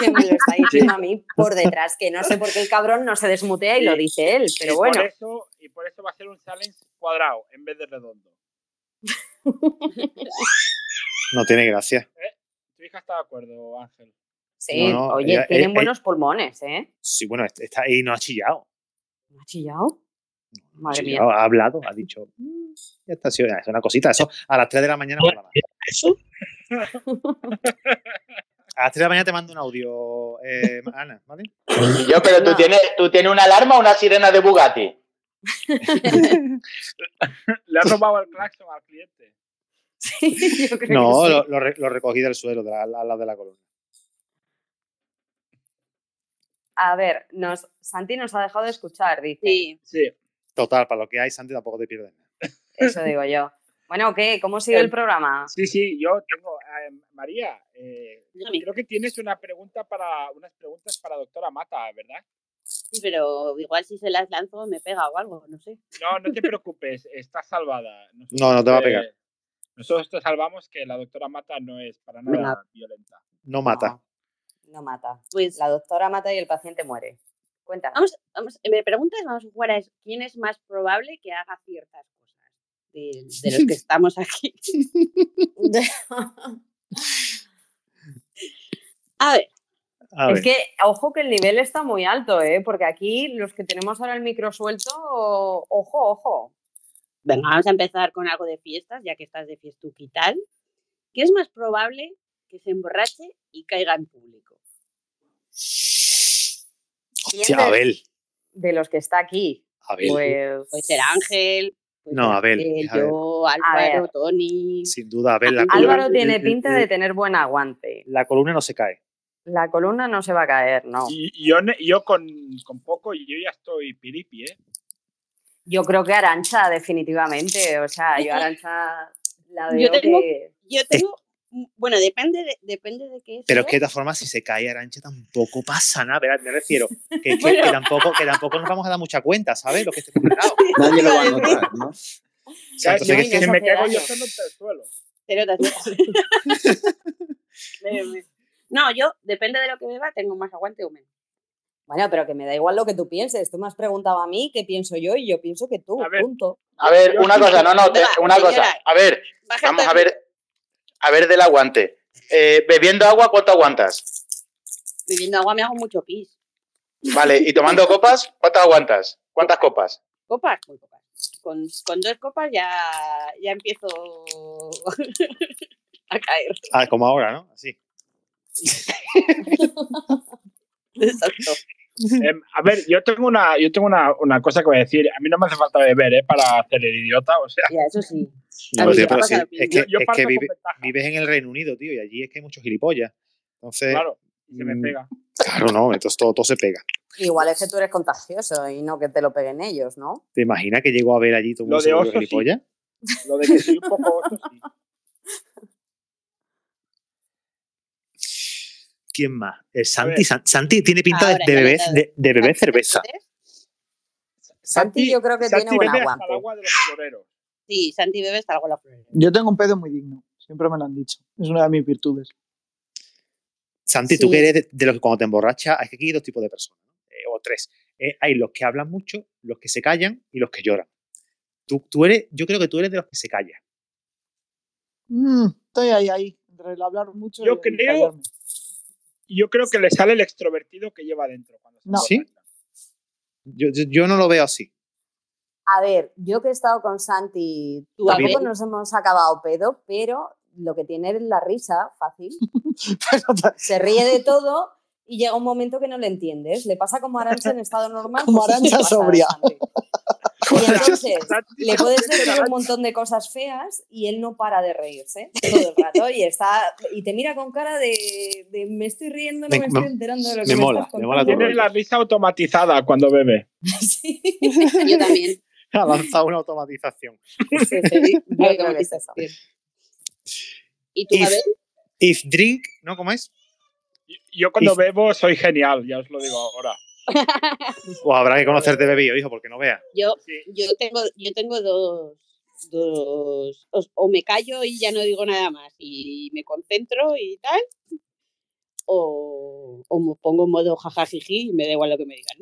[SPEAKER 6] que me lo está diciendo a mí por detrás, que no sé por qué el cabrón no se desmutea y lo dice él, pero
[SPEAKER 3] y
[SPEAKER 6] bueno.
[SPEAKER 3] Por eso, y por eso va a ser un challenge cuadrado en vez de redondo.
[SPEAKER 11] No tiene gracia.
[SPEAKER 3] Tu hija está de acuerdo, Ángel.
[SPEAKER 6] Sí,
[SPEAKER 11] No, no,
[SPEAKER 6] oye,
[SPEAKER 11] ella-
[SPEAKER 6] tienen
[SPEAKER 11] ella-
[SPEAKER 6] buenos pulmones, ¿eh?
[SPEAKER 11] Sí, bueno, est- está ahí no ha chillado.
[SPEAKER 6] ¿No ha chillado?
[SPEAKER 11] no ha
[SPEAKER 6] Madre mía.
[SPEAKER 11] chillado, ha hablado, ha dicho. "Mm, Ya está, sí, es una cosita. Eso a las 3 de la mañana. por la mañana.
[SPEAKER 8] ¿Eso?
[SPEAKER 11] A las 3 de la mañana te mando un audio, eh, Ana, ¿vale?
[SPEAKER 9] Yo, pero tú
[SPEAKER 6] No.
[SPEAKER 9] tienes, tú tienes una alarma o una sirena de Bugatti.
[SPEAKER 3] Le ha robado el claxon al cliente.
[SPEAKER 6] Sí, yo creo
[SPEAKER 11] No,
[SPEAKER 6] que sí.
[SPEAKER 11] lo, lo re- lo recogí del suelo, de la- al lado de la columna.
[SPEAKER 6] A ver, nos, Santi nos ha dejado de escuchar, dice. Sí,
[SPEAKER 11] Total, para lo que hay, Santi tampoco te pierdes. nada.
[SPEAKER 6] Eso digo yo. Bueno, ¿qué? ¿Cómo sigue
[SPEAKER 3] Eh,
[SPEAKER 6] el programa?
[SPEAKER 3] Sí, sí, yo tengo. eh, María, eh, creo que tienes una pregunta para, unas preguntas para doctora Mata, ¿verdad?
[SPEAKER 5] Sí, pero igual si se las lanzo me pega o algo, no sé.
[SPEAKER 3] No, no te preocupes, estás salvada. Nosotros,
[SPEAKER 11] No, no te va a
[SPEAKER 3] eh,
[SPEAKER 11] pegar.
[SPEAKER 3] Nosotros te salvamos que la doctora Mata no es para nada
[SPEAKER 6] Venga.
[SPEAKER 3] violenta.
[SPEAKER 11] No mata.
[SPEAKER 6] No mata.
[SPEAKER 5] Pues
[SPEAKER 6] la doctora mata y el paciente muere. Cuéntanos.
[SPEAKER 5] Vamos, vamos, eh, me preguntas, vamos a jugar a eso. quién es más probable que haga ciertas cosas de, de los que estamos aquí. a ver,
[SPEAKER 6] es que, ojo que el nivel está muy alto, ¿eh? Porque aquí los que tenemos ahora el micro suelto, ojo, ojo.
[SPEAKER 5] venga, vamos a empezar con algo de fiestas, ya que estás de fiestuca y tal. ¿Qué es más probable que se emborrache y caiga en público?
[SPEAKER 6] ¿Quién
[SPEAKER 11] Hostia,
[SPEAKER 6] de-
[SPEAKER 11] Abel.
[SPEAKER 6] De los que está aquí.
[SPEAKER 11] Abel.
[SPEAKER 6] Pues,
[SPEAKER 5] Puede ser Ángel, puede
[SPEAKER 11] No,
[SPEAKER 5] ser
[SPEAKER 11] Abel,
[SPEAKER 5] Ángel,
[SPEAKER 11] es Abel.
[SPEAKER 5] yo,
[SPEAKER 6] A
[SPEAKER 5] Álvaro,
[SPEAKER 6] ver.
[SPEAKER 5] Tony.
[SPEAKER 11] Sin duda, Abel. La
[SPEAKER 6] Álvaro
[SPEAKER 11] columna-
[SPEAKER 6] tiene
[SPEAKER 11] el- el-
[SPEAKER 6] pinta de
[SPEAKER 11] el-
[SPEAKER 6] tener buen aguante.
[SPEAKER 11] La columna no se cae.
[SPEAKER 6] La columna no se va a caer, no.
[SPEAKER 3] Y yo, ne- yo con, con poco, yo ya estoy piripi, ¿eh?
[SPEAKER 6] Yo creo que Arancha, definitivamente. O sea, yo Arancha la veo
[SPEAKER 5] Yo tengo,
[SPEAKER 6] que.
[SPEAKER 5] yo tengo, mm, bueno, depende de, depende de qué
[SPEAKER 11] Pero
[SPEAKER 5] sea.
[SPEAKER 11] es que de todas formas, si se cae Arancha, tampoco pasa nada. ¿verdad? Me refiero que, que- que tampoco, que tampoco nos vamos a dar mucha cuenta, ¿sabes? Lo que esté lado.
[SPEAKER 10] Nadie lo va a notar, ¿no?
[SPEAKER 11] O sea, entonces
[SPEAKER 3] No,
[SPEAKER 11] es
[SPEAKER 3] y
[SPEAKER 11] que-
[SPEAKER 3] si me
[SPEAKER 5] hace
[SPEAKER 3] caigo yo
[SPEAKER 5] daño.
[SPEAKER 3] solo te suelo.
[SPEAKER 5] Pero también- Me- me- no, yo, depende de lo que beba, tengo más aguante o menos.
[SPEAKER 6] Bueno, pero que me da igual lo que tú pienses. Tú me has preguntado a mí qué pienso yo y yo pienso que tú, punto.
[SPEAKER 9] A ver, una cosa, no, no, te- una cosa. A ver, vamos a ver, a ver del aguante. Eh, bebiendo agua, ¿cuánto aguantas?
[SPEAKER 5] Bebiendo agua me hago mucho pis.
[SPEAKER 9] Vale, y tomando copas, ¿cuánto aguantas? ¿Cuántas copas?
[SPEAKER 5] Copas, con copas. Con, con dos copas ya, ya empiezo a caer.
[SPEAKER 11] Ah, como ahora, ¿no? Así.
[SPEAKER 5] Exacto.
[SPEAKER 3] Em, a ver, yo tengo, una, yo tengo una, una cosa que voy a decir. A mí no me hace falta beber, ¿eh? Para hacer el idiota, o sea.
[SPEAKER 5] Ya, eso sí.
[SPEAKER 11] No, tío, pero sí, es que,
[SPEAKER 3] yo, yo
[SPEAKER 11] es
[SPEAKER 3] parto
[SPEAKER 11] que
[SPEAKER 3] con
[SPEAKER 11] vive-
[SPEAKER 3] ventaja,
[SPEAKER 11] vives en el Reino Unido, tío, y allí es que hay muchos gilipollas. Entonces,
[SPEAKER 3] claro. Y se me
[SPEAKER 11] mm,
[SPEAKER 3] pega.
[SPEAKER 11] claro, no, entonces todo, todo se pega.
[SPEAKER 6] Igual es que tú eres contagioso y no que te lo peguen ellos, ¿no?
[SPEAKER 11] ¿Te imaginas que llegó a ver allí todo el
[SPEAKER 3] Lo
[SPEAKER 11] mundo se
[SPEAKER 3] de
[SPEAKER 11] volvió
[SPEAKER 3] oso, sí.
[SPEAKER 11] gilipollas?
[SPEAKER 3] Lo de que soy un poco oso, sí.
[SPEAKER 11] ¿Quién más? El Santi.
[SPEAKER 3] ver.
[SPEAKER 11] San- Santi tiene pinta de-
[SPEAKER 3] Ahora,
[SPEAKER 11] de,
[SPEAKER 3] ya le he
[SPEAKER 11] beber,
[SPEAKER 3] dado.
[SPEAKER 11] de, de beber cerveza.
[SPEAKER 6] Santi, yo creo que
[SPEAKER 3] Santi
[SPEAKER 6] tiene buen
[SPEAKER 3] bebe hasta
[SPEAKER 6] aguante.
[SPEAKER 3] el agua de los floreros.
[SPEAKER 5] Sí, Santi bebe hasta algo la flor.
[SPEAKER 4] Yo tengo un pedo muy digno, siempre me lo han dicho. Es una de mis virtudes.
[SPEAKER 11] Santi, tú
[SPEAKER 4] Sí.
[SPEAKER 11] que eres de, de los que cuando te emborrachas, es que aquí hay dos tipos de personas, ¿no? Eh, o tres. Eh, hay los que hablan mucho, los que se callan y los que lloran. Tú, tú eres, yo creo que tú eres de los que se callan.
[SPEAKER 4] Mm, estoy ahí, ahí, entre el hablar mucho y
[SPEAKER 3] Yo
[SPEAKER 4] el
[SPEAKER 3] creo,
[SPEAKER 4] callarme.
[SPEAKER 3] yo creo que le sale el extrovertido que lleva dentro. cuando se
[SPEAKER 4] No.
[SPEAKER 11] ¿Sí? Yo, yo- yo no lo veo así.
[SPEAKER 6] A ver, yo que he estado con Santi,
[SPEAKER 11] Tú, a
[SPEAKER 6] tampoco
[SPEAKER 11] ver.
[SPEAKER 6] nos hemos acabado pedo, pero lo que tiene es la risa, fácil. Se ríe de todo y llega un momento que no le entiendes. Le pasa como a Arancha en estado normal.
[SPEAKER 4] Como
[SPEAKER 6] pues eso le
[SPEAKER 4] Arancha
[SPEAKER 6] pasa a
[SPEAKER 4] sobria.
[SPEAKER 6] Santi. Y entonces
[SPEAKER 3] Santi
[SPEAKER 6] le
[SPEAKER 3] se
[SPEAKER 6] puedes
[SPEAKER 3] entiende la
[SPEAKER 6] decir un
[SPEAKER 3] Arancha.
[SPEAKER 6] montón de cosas feas y él no para de reírse todo el rato y está y te mira con cara de, de, me estoy riendo, no
[SPEAKER 11] Me-
[SPEAKER 6] me, estoy
[SPEAKER 11] me-
[SPEAKER 6] enterando de lo
[SPEAKER 11] me
[SPEAKER 6] que
[SPEAKER 11] mola,
[SPEAKER 6] me estás
[SPEAKER 11] me mola
[SPEAKER 6] contando".
[SPEAKER 3] Tiene la risa automatizada cuando bebe.
[SPEAKER 5] Yo también.
[SPEAKER 11] Ha lanzado una automatización.
[SPEAKER 5] Sí,
[SPEAKER 6] Yo
[SPEAKER 5] sí, yo
[SPEAKER 6] creo
[SPEAKER 5] como
[SPEAKER 6] que
[SPEAKER 5] que
[SPEAKER 6] es eso.
[SPEAKER 5] ¿Y tú,
[SPEAKER 11] If-
[SPEAKER 5] Abel?
[SPEAKER 11] If drink, ¿no? ¿Cómo es?
[SPEAKER 3] Yo cuando
[SPEAKER 11] Y-
[SPEAKER 3] bebo soy genial, ya os lo digo ahora.
[SPEAKER 11] O habrá que conocerte bebido, hijo, porque no veas.
[SPEAKER 5] Yo, yo tengo, yo tengo dos, dos os- o, me callo y ya no digo nada más y me concentro y tal, o, o me pongo en modo jajajiji y me da igual lo que me digan.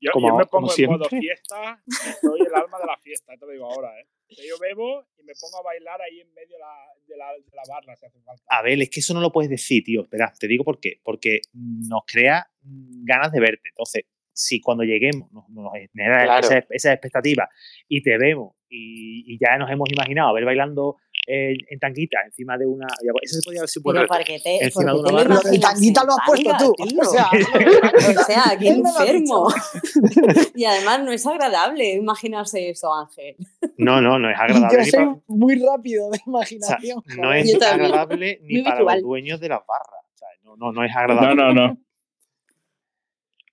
[SPEAKER 3] Yo,
[SPEAKER 11] Como
[SPEAKER 3] yo me
[SPEAKER 11] ahora, como
[SPEAKER 3] pongo en
[SPEAKER 11] siempre.
[SPEAKER 3] modo fiesta, soy el alma de la fiesta, te lo digo ahora. ¿eh? O sea, Yo bebo y me pongo a bailar ahí en medio de la, de la, de la barra, si hace falta.
[SPEAKER 11] Abel, es que eso no lo puedes decir, tío. Espera, te digo por qué. Porque nos crea mm, ganas de verte. Entonces, si cuando lleguemos nos, nos genera
[SPEAKER 9] Claro.
[SPEAKER 11] esa, esa expectativa y te vemos y, y ya nos hemos imaginado a ver bailando eh, en tanguita, encima de una. Ese podía haber sido por
[SPEAKER 6] Pero
[SPEAKER 11] reto.
[SPEAKER 6] porque te,
[SPEAKER 11] Encima de
[SPEAKER 6] porque
[SPEAKER 11] una
[SPEAKER 6] te lo
[SPEAKER 11] barra.
[SPEAKER 6] imaginas
[SPEAKER 4] El tanguita lo has
[SPEAKER 6] en
[SPEAKER 4] puesto
[SPEAKER 6] tanga,
[SPEAKER 4] tú.
[SPEAKER 6] tío.
[SPEAKER 4] O sea,
[SPEAKER 6] O sea, qué
[SPEAKER 4] Él me lo ha
[SPEAKER 6] enfermo. Y además no es agradable imaginarse eso, Ángel.
[SPEAKER 11] No, no, no es agradable.
[SPEAKER 4] yo
[SPEAKER 11] ni
[SPEAKER 4] soy
[SPEAKER 11] para-
[SPEAKER 4] muy rápido de
[SPEAKER 11] o sea,
[SPEAKER 4] imaginación.
[SPEAKER 11] no
[SPEAKER 4] joder.
[SPEAKER 11] es agradable ni
[SPEAKER 4] Muy
[SPEAKER 11] para
[SPEAKER 4] visual.
[SPEAKER 11] los dueños de las barras. O sea, no, no, no es agradable.
[SPEAKER 1] No, no, no.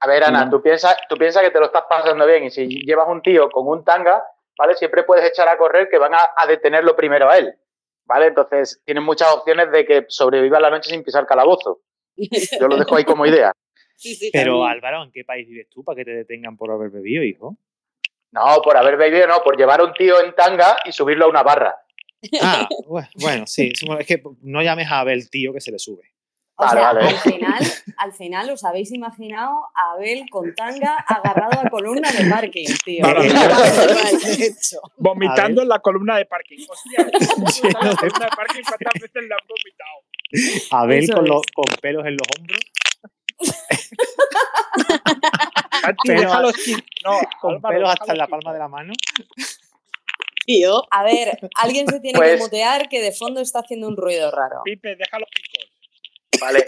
[SPEAKER 9] A ver, Ana, tú piensas tú piensa que te lo estás pasando bien y si llevas un tío con un tanga, ¿vale? Siempre puedes echar a correr que van a, a detenerlo primero a él, ¿vale? Entonces tienes muchas opciones de que sobreviva la noche sin pisar calabozo. Yo lo dejo ahí como idea.
[SPEAKER 11] Pero Álvaro, ¿en qué país vives tú para que te detengan por haber bebido, hijo?
[SPEAKER 9] No, por haber bebido, no, por llevar a un tío en tanga y subirlo a una barra.
[SPEAKER 11] Ah, bue- bueno, sí. sí, bueno, Es que no llames a Abel, tío, que se le sube.
[SPEAKER 6] O sea, Al, final, al final os habéis imaginado a Abel con tanga agarrado a columna de parking, tío.
[SPEAKER 11] Para mí.
[SPEAKER 3] De Vomitando
[SPEAKER 11] A
[SPEAKER 3] en la columna de parking. Hostia, en la columna de parking cuántas veces la han vomitado.
[SPEAKER 11] Abel
[SPEAKER 3] Eso
[SPEAKER 11] con,
[SPEAKER 3] es.
[SPEAKER 11] los, con pelos en los hombros.
[SPEAKER 3] Santi,
[SPEAKER 11] Ah, Pero-
[SPEAKER 3] déjalo sin. No,
[SPEAKER 11] Con
[SPEAKER 3] Álvaro,
[SPEAKER 11] pelos
[SPEAKER 3] déjalo
[SPEAKER 11] hasta en la
[SPEAKER 3] sin.
[SPEAKER 11] palma de la mano.
[SPEAKER 6] Tío. A ver, alguien se tiene
[SPEAKER 11] Pues-
[SPEAKER 6] que mutear que de fondo está haciendo un ruido raro.
[SPEAKER 3] Pipe, déjalo
[SPEAKER 9] Vale.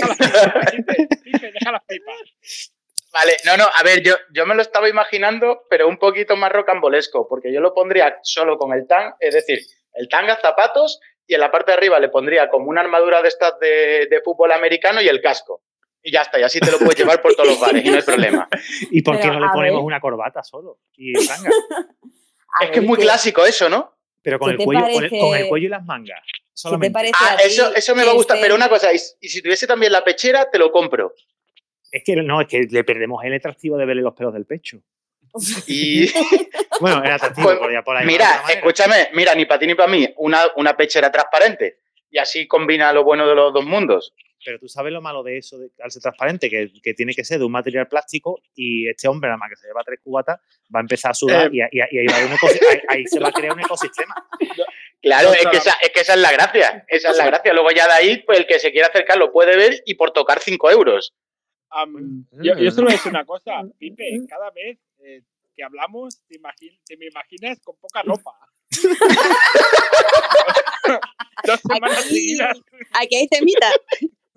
[SPEAKER 9] Vale, no, no, a ver, yo, yo me lo estaba imaginando, pero un poquito más rocambolesco, porque yo lo pondría solo con el tang, es decir, el tanga, zapatos, y en la parte de arriba le pondría como una armadura de estas de, de fútbol americano y el casco. Y ya está, y así te lo puedes llevar por todos los bares y no hay problema.
[SPEAKER 11] ¿Y por qué
[SPEAKER 6] Pero,
[SPEAKER 11] no le
[SPEAKER 6] a
[SPEAKER 11] ponemos
[SPEAKER 6] ver.
[SPEAKER 11] una corbata solo? Y tanga.
[SPEAKER 9] Es que es muy clásico eso, ¿no?
[SPEAKER 11] Pero con
[SPEAKER 6] ¿Qué
[SPEAKER 11] el,
[SPEAKER 6] te
[SPEAKER 11] cuello, con, el,
[SPEAKER 6] parece-
[SPEAKER 11] con el cuello y las mangas. Solamente.
[SPEAKER 6] parece
[SPEAKER 9] Ah,
[SPEAKER 6] a ti
[SPEAKER 9] eso, eso me va a
[SPEAKER 6] que
[SPEAKER 9] gustar,
[SPEAKER 6] estén-
[SPEAKER 9] pero una cosa, y, y si tuviese también la pechera, te lo compro.
[SPEAKER 11] Es que no, es que le perdemos el atractivo de verle los pelos del pecho.
[SPEAKER 9] Y...
[SPEAKER 11] Bueno, el atractivo,
[SPEAKER 9] Pues,
[SPEAKER 11] por, ahí- por ahí. va.
[SPEAKER 9] Mira, escúchame, mira, ni para ti ni para mí, una, una pechera transparente. Y así combina lo bueno de los dos mundos.
[SPEAKER 11] Pero tú sabes lo malo de eso, de, al ser transparente, que, que tiene que ser de un material plástico y este hombre, nada más que se lleva tres cubatas, va a empezar a sudar y, a- y a- y ahí, va a haber un ecosi- ahí- ahí se va a crear un ecosistema.
[SPEAKER 9] Claro,
[SPEAKER 11] No,
[SPEAKER 9] es que,
[SPEAKER 11] claro.
[SPEAKER 9] esa, es que esa es la gracia. Esa es la gracia. Luego ya de ahí, pues el que se quiera acercar lo puede ver y por tocar 5 euros.
[SPEAKER 3] Am, yo, yo solo voy a decir
[SPEAKER 11] eh.
[SPEAKER 3] una cosa, Pipe, cada vez eh, que hablamos te, imagin- te me imaginas con poca ropa. Dos semanas seguidas.
[SPEAKER 6] Aquí hay temita.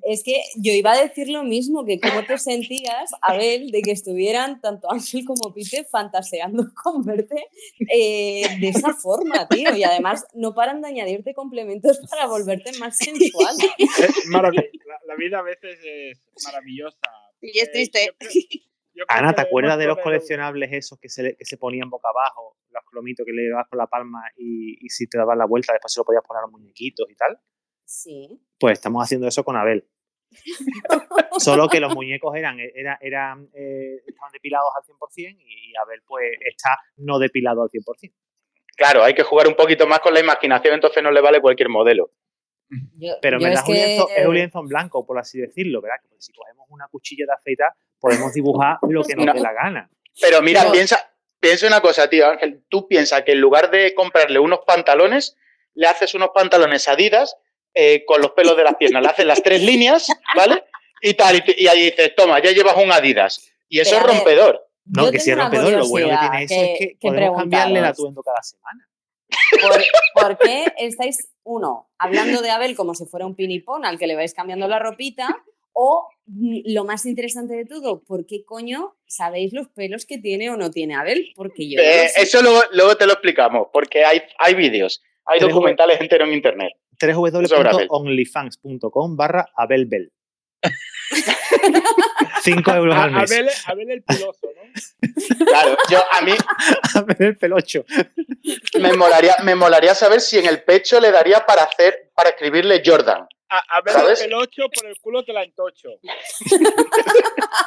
[SPEAKER 6] Es que yo iba a decir lo mismo, que cómo te sentías, Abel, de que estuvieran tanto Ángel como Pipe fantaseando con verte eh, de esa forma, tío. Y además no paran de añadirte complementos para volverte más sensual.
[SPEAKER 3] Es marav- la, la vida a veces es maravillosa. Eh,
[SPEAKER 5] Y es triste.
[SPEAKER 11] Ana, ¿te acuerdas de los
[SPEAKER 3] debemos poner-
[SPEAKER 11] coleccionables esos que se, le- que se ponían boca abajo, los cromitos que le dabas con la palma y, y si te dabas la vuelta después se lo podías poner a los muñequitos y tal?
[SPEAKER 6] Sí.
[SPEAKER 11] Pues estamos haciendo eso con Abel. Solo que los muñecos eran, era, eran, eh, estaban depilados al 100% y, y Abel pues está no depilado al 100%.
[SPEAKER 9] Claro, hay que jugar un poquito más con la imaginación, entonces no le vale cualquier modelo.
[SPEAKER 11] Pero en
[SPEAKER 6] Yo es
[SPEAKER 11] verdad es, un lienzo,
[SPEAKER 6] que-
[SPEAKER 11] es un lienzo en blanco, por así decirlo, ¿verdad? Que si cogemos una cuchilla de afeitar podemos dibujar lo que nos
[SPEAKER 9] No.
[SPEAKER 11] dé la gana.
[SPEAKER 9] Pero mira,
[SPEAKER 11] No.
[SPEAKER 9] piensa, piensa una cosa, tío, Ángel. Tú piensas que en lugar de comprarle unos pantalones, le haces unos pantalones adidas eh, con los pelos de las piernas. Le haces las tres líneas, ¿vale? Y tal, y, te- y ahí dices, toma, ya llevas un adidas. Y
[SPEAKER 6] Pero,
[SPEAKER 9] eso es
[SPEAKER 6] a ver,
[SPEAKER 9] rompedor.
[SPEAKER 11] No,
[SPEAKER 6] Yo
[SPEAKER 11] que si es
[SPEAKER 6] tengo una
[SPEAKER 11] rompedor, lo bueno que
[SPEAKER 6] curiosidad
[SPEAKER 11] tiene eso
[SPEAKER 6] que-
[SPEAKER 11] es que,
[SPEAKER 6] que
[SPEAKER 11] podemos cambiarle el
[SPEAKER 6] preguntaros.
[SPEAKER 11] atuendo cada semana.
[SPEAKER 6] ¿Por, por qué estáis, uno, hablando de Abel como si fuera un pinipón al que le vais cambiando la ropita? O, mm, lo más interesante de todo, ¿por qué coño sabéis los pelos que tiene o no tiene Abel? Porque yo. no
[SPEAKER 9] Eh,
[SPEAKER 6] sé.
[SPEAKER 9] eso luego, luego te lo explicamos, porque hay, hay vídeos, hay
[SPEAKER 11] Tres
[SPEAKER 9] documentales enteros en internet. Sobre Abel.
[SPEAKER 11] www.onlyfans.com barra abelbel. 5 euros
[SPEAKER 3] A,
[SPEAKER 11] al
[SPEAKER 3] a,
[SPEAKER 11] mes.
[SPEAKER 3] ver, a ver el piloto, ¿no?
[SPEAKER 9] Claro, yo a mí
[SPEAKER 11] Abel pelocho.
[SPEAKER 9] me molaría, me molaría saber si en el pecho le daría para hacer, para escribirle Jordan.
[SPEAKER 3] A, a ver
[SPEAKER 9] ¿Sabes?
[SPEAKER 3] el pelocho por el culo te la entocho.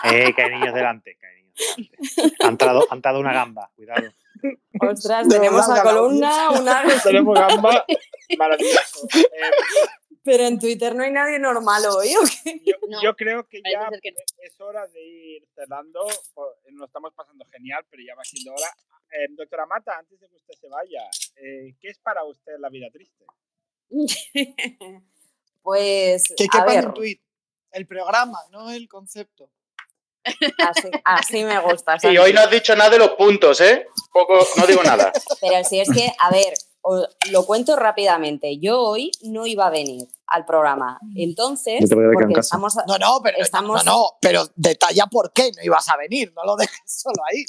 [SPEAKER 11] Eh, que hay niños delante, que hay niños delante. Han trado- han dado una gamba, cuidado.
[SPEAKER 6] Ostras, tenemos a columna, una.
[SPEAKER 3] Tenemos gamba. Maravilloso. Em,
[SPEAKER 6] Pero en Twitter no hay nadie normal hoy, ¿o qué?
[SPEAKER 3] Yo creo que ya es hora de ir cerrando. por- eh, Nos estamos pasando genial, pero ya va siendo hora. Eh, doctora Mata, antes de que usted se vaya, eh, ¿qué es para usted la vida triste?
[SPEAKER 6] Pues.
[SPEAKER 4] Que
[SPEAKER 6] a
[SPEAKER 4] quepa en
[SPEAKER 6] ver,
[SPEAKER 4] un tuit. El programa, no el concepto.
[SPEAKER 6] así, así me gusta.
[SPEAKER 9] Y
[SPEAKER 6] Santi.
[SPEAKER 9] hoy no has dicho nada de los puntos, ¿eh? Poco, no digo nada.
[SPEAKER 6] Pero si es que, a ver, o- lo cuento rápidamente. Yo hoy no iba a venir al programa. Entonces,
[SPEAKER 11] Yo te voy a quedar
[SPEAKER 6] porque
[SPEAKER 11] en casa.
[SPEAKER 6] estamos.
[SPEAKER 4] No, no, pero
[SPEAKER 6] estamos.
[SPEAKER 4] no, no, pero detalla por qué no ibas a venir, no lo dejes solo ahí.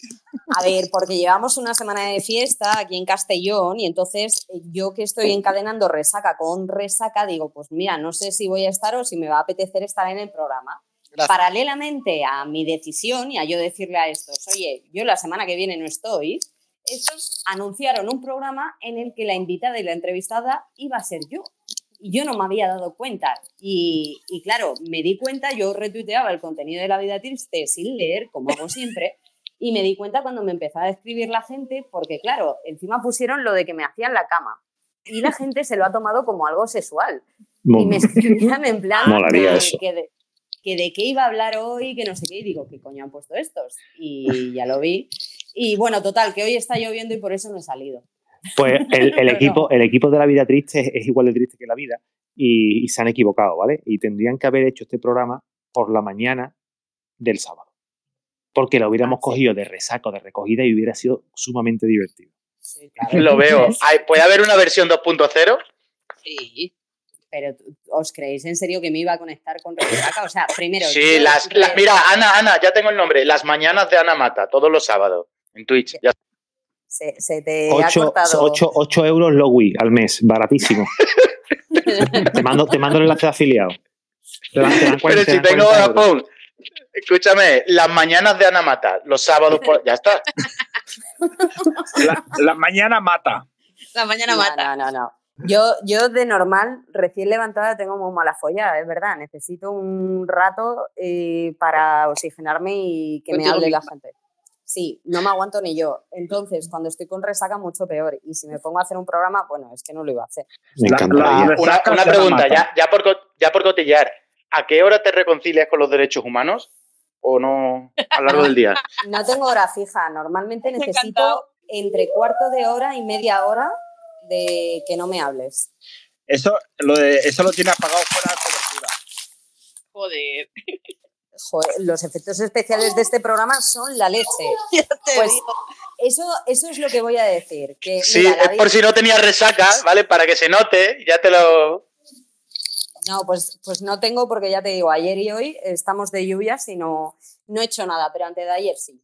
[SPEAKER 6] A ver, porque llevamos una semana de fiesta aquí en Castellón y entonces eh, yo que estoy encadenando resaca con resaca, digo, pues mira, no sé si voy a estar o si me va a apetecer estar en el programa. Paralelamente a mi decisión y a yo decirle a estos, oye, yo la semana que viene no estoy, estos anunciaron un programa en el que la invitada y la entrevistada iba a ser yo. Y yo no me había dado cuenta. Y, y claro, me di cuenta, yo retuiteaba el contenido de La Vida Triste sin leer, como hago siempre, y me di cuenta cuando me empezaba a escribir la gente, porque claro, encima pusieron lo de que me hacían la cama. Y la gente se lo ha tomado como algo sexual. Y me escribían en plan
[SPEAKER 11] Molaría
[SPEAKER 6] de-
[SPEAKER 11] eso.
[SPEAKER 6] que de, que de qué iba a hablar hoy, que no sé qué, y digo, ¿qué coño han puesto estos? Y ya lo vi. Y bueno, total, que hoy está lloviendo y por eso no he salido.
[SPEAKER 11] Pues el, el
[SPEAKER 6] Pero-
[SPEAKER 11] equipo, el equipo de la vida triste es, es igual de triste que la vida y, y se han equivocado, ¿vale? Y tendrían que haber hecho este programa por la mañana del sábado. Porque lo hubiéramos cogido de resaco, de recogida y hubiera sido sumamente divertido.
[SPEAKER 9] Lo veo. Ay, ¿Puede haber una versión 2.0?
[SPEAKER 6] Sí. Pero ¿tú- ¿os creéis en serio que me iba a conectar con Resaca? O sea, primero.
[SPEAKER 9] Sí,
[SPEAKER 6] yo-
[SPEAKER 9] las, la- mira, Ana, Ana, ya tengo el nombre. Las mañanas de Ana Mata, todos los sábados, en Twitch. Ya.
[SPEAKER 6] Se, se te ha
[SPEAKER 11] 8,
[SPEAKER 6] cortado.
[SPEAKER 11] euros Lowy al mes, baratísimo. te, mando, te mando el enlace de afiliado. Te dan- te dan
[SPEAKER 9] Pero
[SPEAKER 11] cuarenta-
[SPEAKER 9] si
[SPEAKER 11] te dan
[SPEAKER 9] tengo
[SPEAKER 11] 40 euros.
[SPEAKER 9] Vodafone, escúchame, las mañanas de Ana Mata, los sábados, por- ya está.
[SPEAKER 13] La, la mañana mata.
[SPEAKER 6] La mañana mata. No, no, no. Yo, yo de normal, recién levantada, tengo muy mala folla, es verdad. Necesito un rato eh, para oxigenarme y que me
[SPEAKER 5] Contigo
[SPEAKER 6] hable la
[SPEAKER 5] misma.
[SPEAKER 6] gente. Sí, no me aguanto ni yo. Entonces, cuando estoy con resaca, mucho peor. Y si me pongo a hacer un programa, bueno, es que no lo iba a hacer.
[SPEAKER 11] Me
[SPEAKER 9] Ah,
[SPEAKER 11] encantaría.
[SPEAKER 9] una, una
[SPEAKER 13] de Ana
[SPEAKER 9] pregunta,
[SPEAKER 13] Mata.
[SPEAKER 9] ya, ya, por, co- ya por cotillar, ¿a qué hora te reconcilias con los derechos humanos? ¿O no a lo largo del día?
[SPEAKER 6] No tengo hora fija. Normalmente necesito entre cuarto de hora y media hora de que no me hables.
[SPEAKER 13] Eso lo, de, eso lo tiene apagado fuera de cobertura.
[SPEAKER 5] Joder.
[SPEAKER 6] Joder, los efectos especiales de este programa son la leche. Pues eso, eso es lo que voy a decir. Que,
[SPEAKER 9] Sí,
[SPEAKER 6] mira, la
[SPEAKER 9] es por
[SPEAKER 6] vida-
[SPEAKER 9] si no tenías resaca, ¿vale? Para que se note, ya te lo...
[SPEAKER 6] No, pues, pues no tengo porque ya te digo, ayer y hoy estamos de lluvias y no, no he hecho nada, pero antes de ayer sí.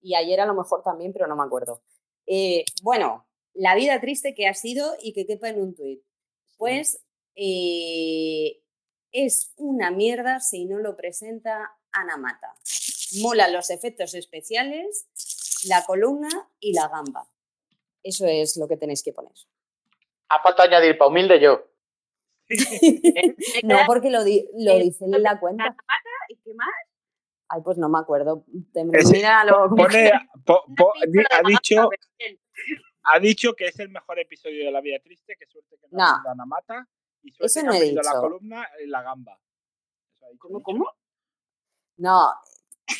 [SPEAKER 6] Y ayer a lo mejor también, pero no me acuerdo. Eh, bueno, la vida triste que ha sido y que quepa en un tuit. Pues eh, es una mierda si no lo presenta Ana Mata. Molan los efectos especiales, la columna y la gamba. Eso es lo que tenéis que poner.
[SPEAKER 9] Ha falta añadir, pa' humilde yo.
[SPEAKER 6] No, porque lo, di- lo dice en la cuenta.
[SPEAKER 5] ¿Y qué más?
[SPEAKER 6] Ay, pues no me acuerdo. Te-
[SPEAKER 13] Ese-
[SPEAKER 6] míralo.
[SPEAKER 13] po- pone- po- po- di- ha, dicho,
[SPEAKER 5] bien.
[SPEAKER 13] ha dicho que es el mejor episodio de La Vida Triste, que suerte que no
[SPEAKER 6] No.
[SPEAKER 13] ha venido Ana Mata. Y suerte
[SPEAKER 6] Eso
[SPEAKER 13] que
[SPEAKER 6] no
[SPEAKER 13] ha
[SPEAKER 6] he
[SPEAKER 13] venido
[SPEAKER 6] dicho.
[SPEAKER 13] la columna y la gamba.
[SPEAKER 5] ¿Cómo, cómo?
[SPEAKER 6] No,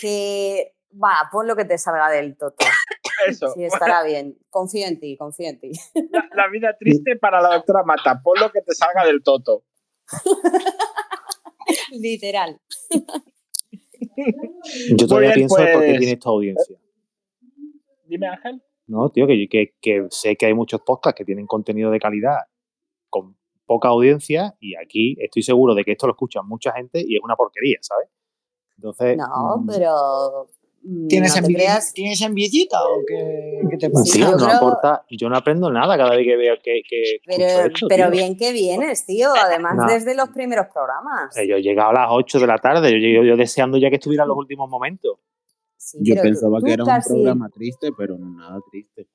[SPEAKER 6] que va, pon lo que te salga del toto.
[SPEAKER 13] Eso.
[SPEAKER 6] Sí, estará bien. Confío en ti, confío en ti.
[SPEAKER 13] La, la vida triste para la doctora Mata. Pon lo que te salga del toto.
[SPEAKER 6] Literal.
[SPEAKER 11] Yo todavía
[SPEAKER 13] bien,
[SPEAKER 11] pienso el por qué
[SPEAKER 13] pues.
[SPEAKER 11] tiene esta audiencia.
[SPEAKER 13] Dime, Ángel.
[SPEAKER 11] No, tío, que, que- que sé que hay muchos podcasts que tienen contenido de calidad con poca audiencia y aquí estoy seguro de que esto lo escucha mucha gente y es una porquería, ¿sabes? Entonces,
[SPEAKER 6] No,
[SPEAKER 11] mm,
[SPEAKER 6] pero. mm,
[SPEAKER 4] Eh, ¿Tienes,
[SPEAKER 6] no te
[SPEAKER 4] envidia- Ah,
[SPEAKER 6] creas.
[SPEAKER 4] ¿Tienes envidiita o qué, qué te pasa?
[SPEAKER 6] Sí,
[SPEAKER 11] tío,
[SPEAKER 6] yo
[SPEAKER 11] no
[SPEAKER 6] creo-
[SPEAKER 11] aporta, yo no aprendo nada cada vez que veo que, que escucho
[SPEAKER 6] Pero,
[SPEAKER 11] esto,
[SPEAKER 6] pero
[SPEAKER 11] tío.
[SPEAKER 6] bien que vienes, tío. Además,
[SPEAKER 11] No.
[SPEAKER 6] desde los primeros programas.
[SPEAKER 11] Eh, Yo llegaba a las 8 de la tarde, yo, yo- yo deseando ya que estuviera los últimos momentos.
[SPEAKER 6] Sí,
[SPEAKER 10] Yo
[SPEAKER 6] pero tú-
[SPEAKER 10] pensaba
[SPEAKER 6] tú
[SPEAKER 10] que era
[SPEAKER 6] casi-
[SPEAKER 10] un programa triste, pero no nada triste.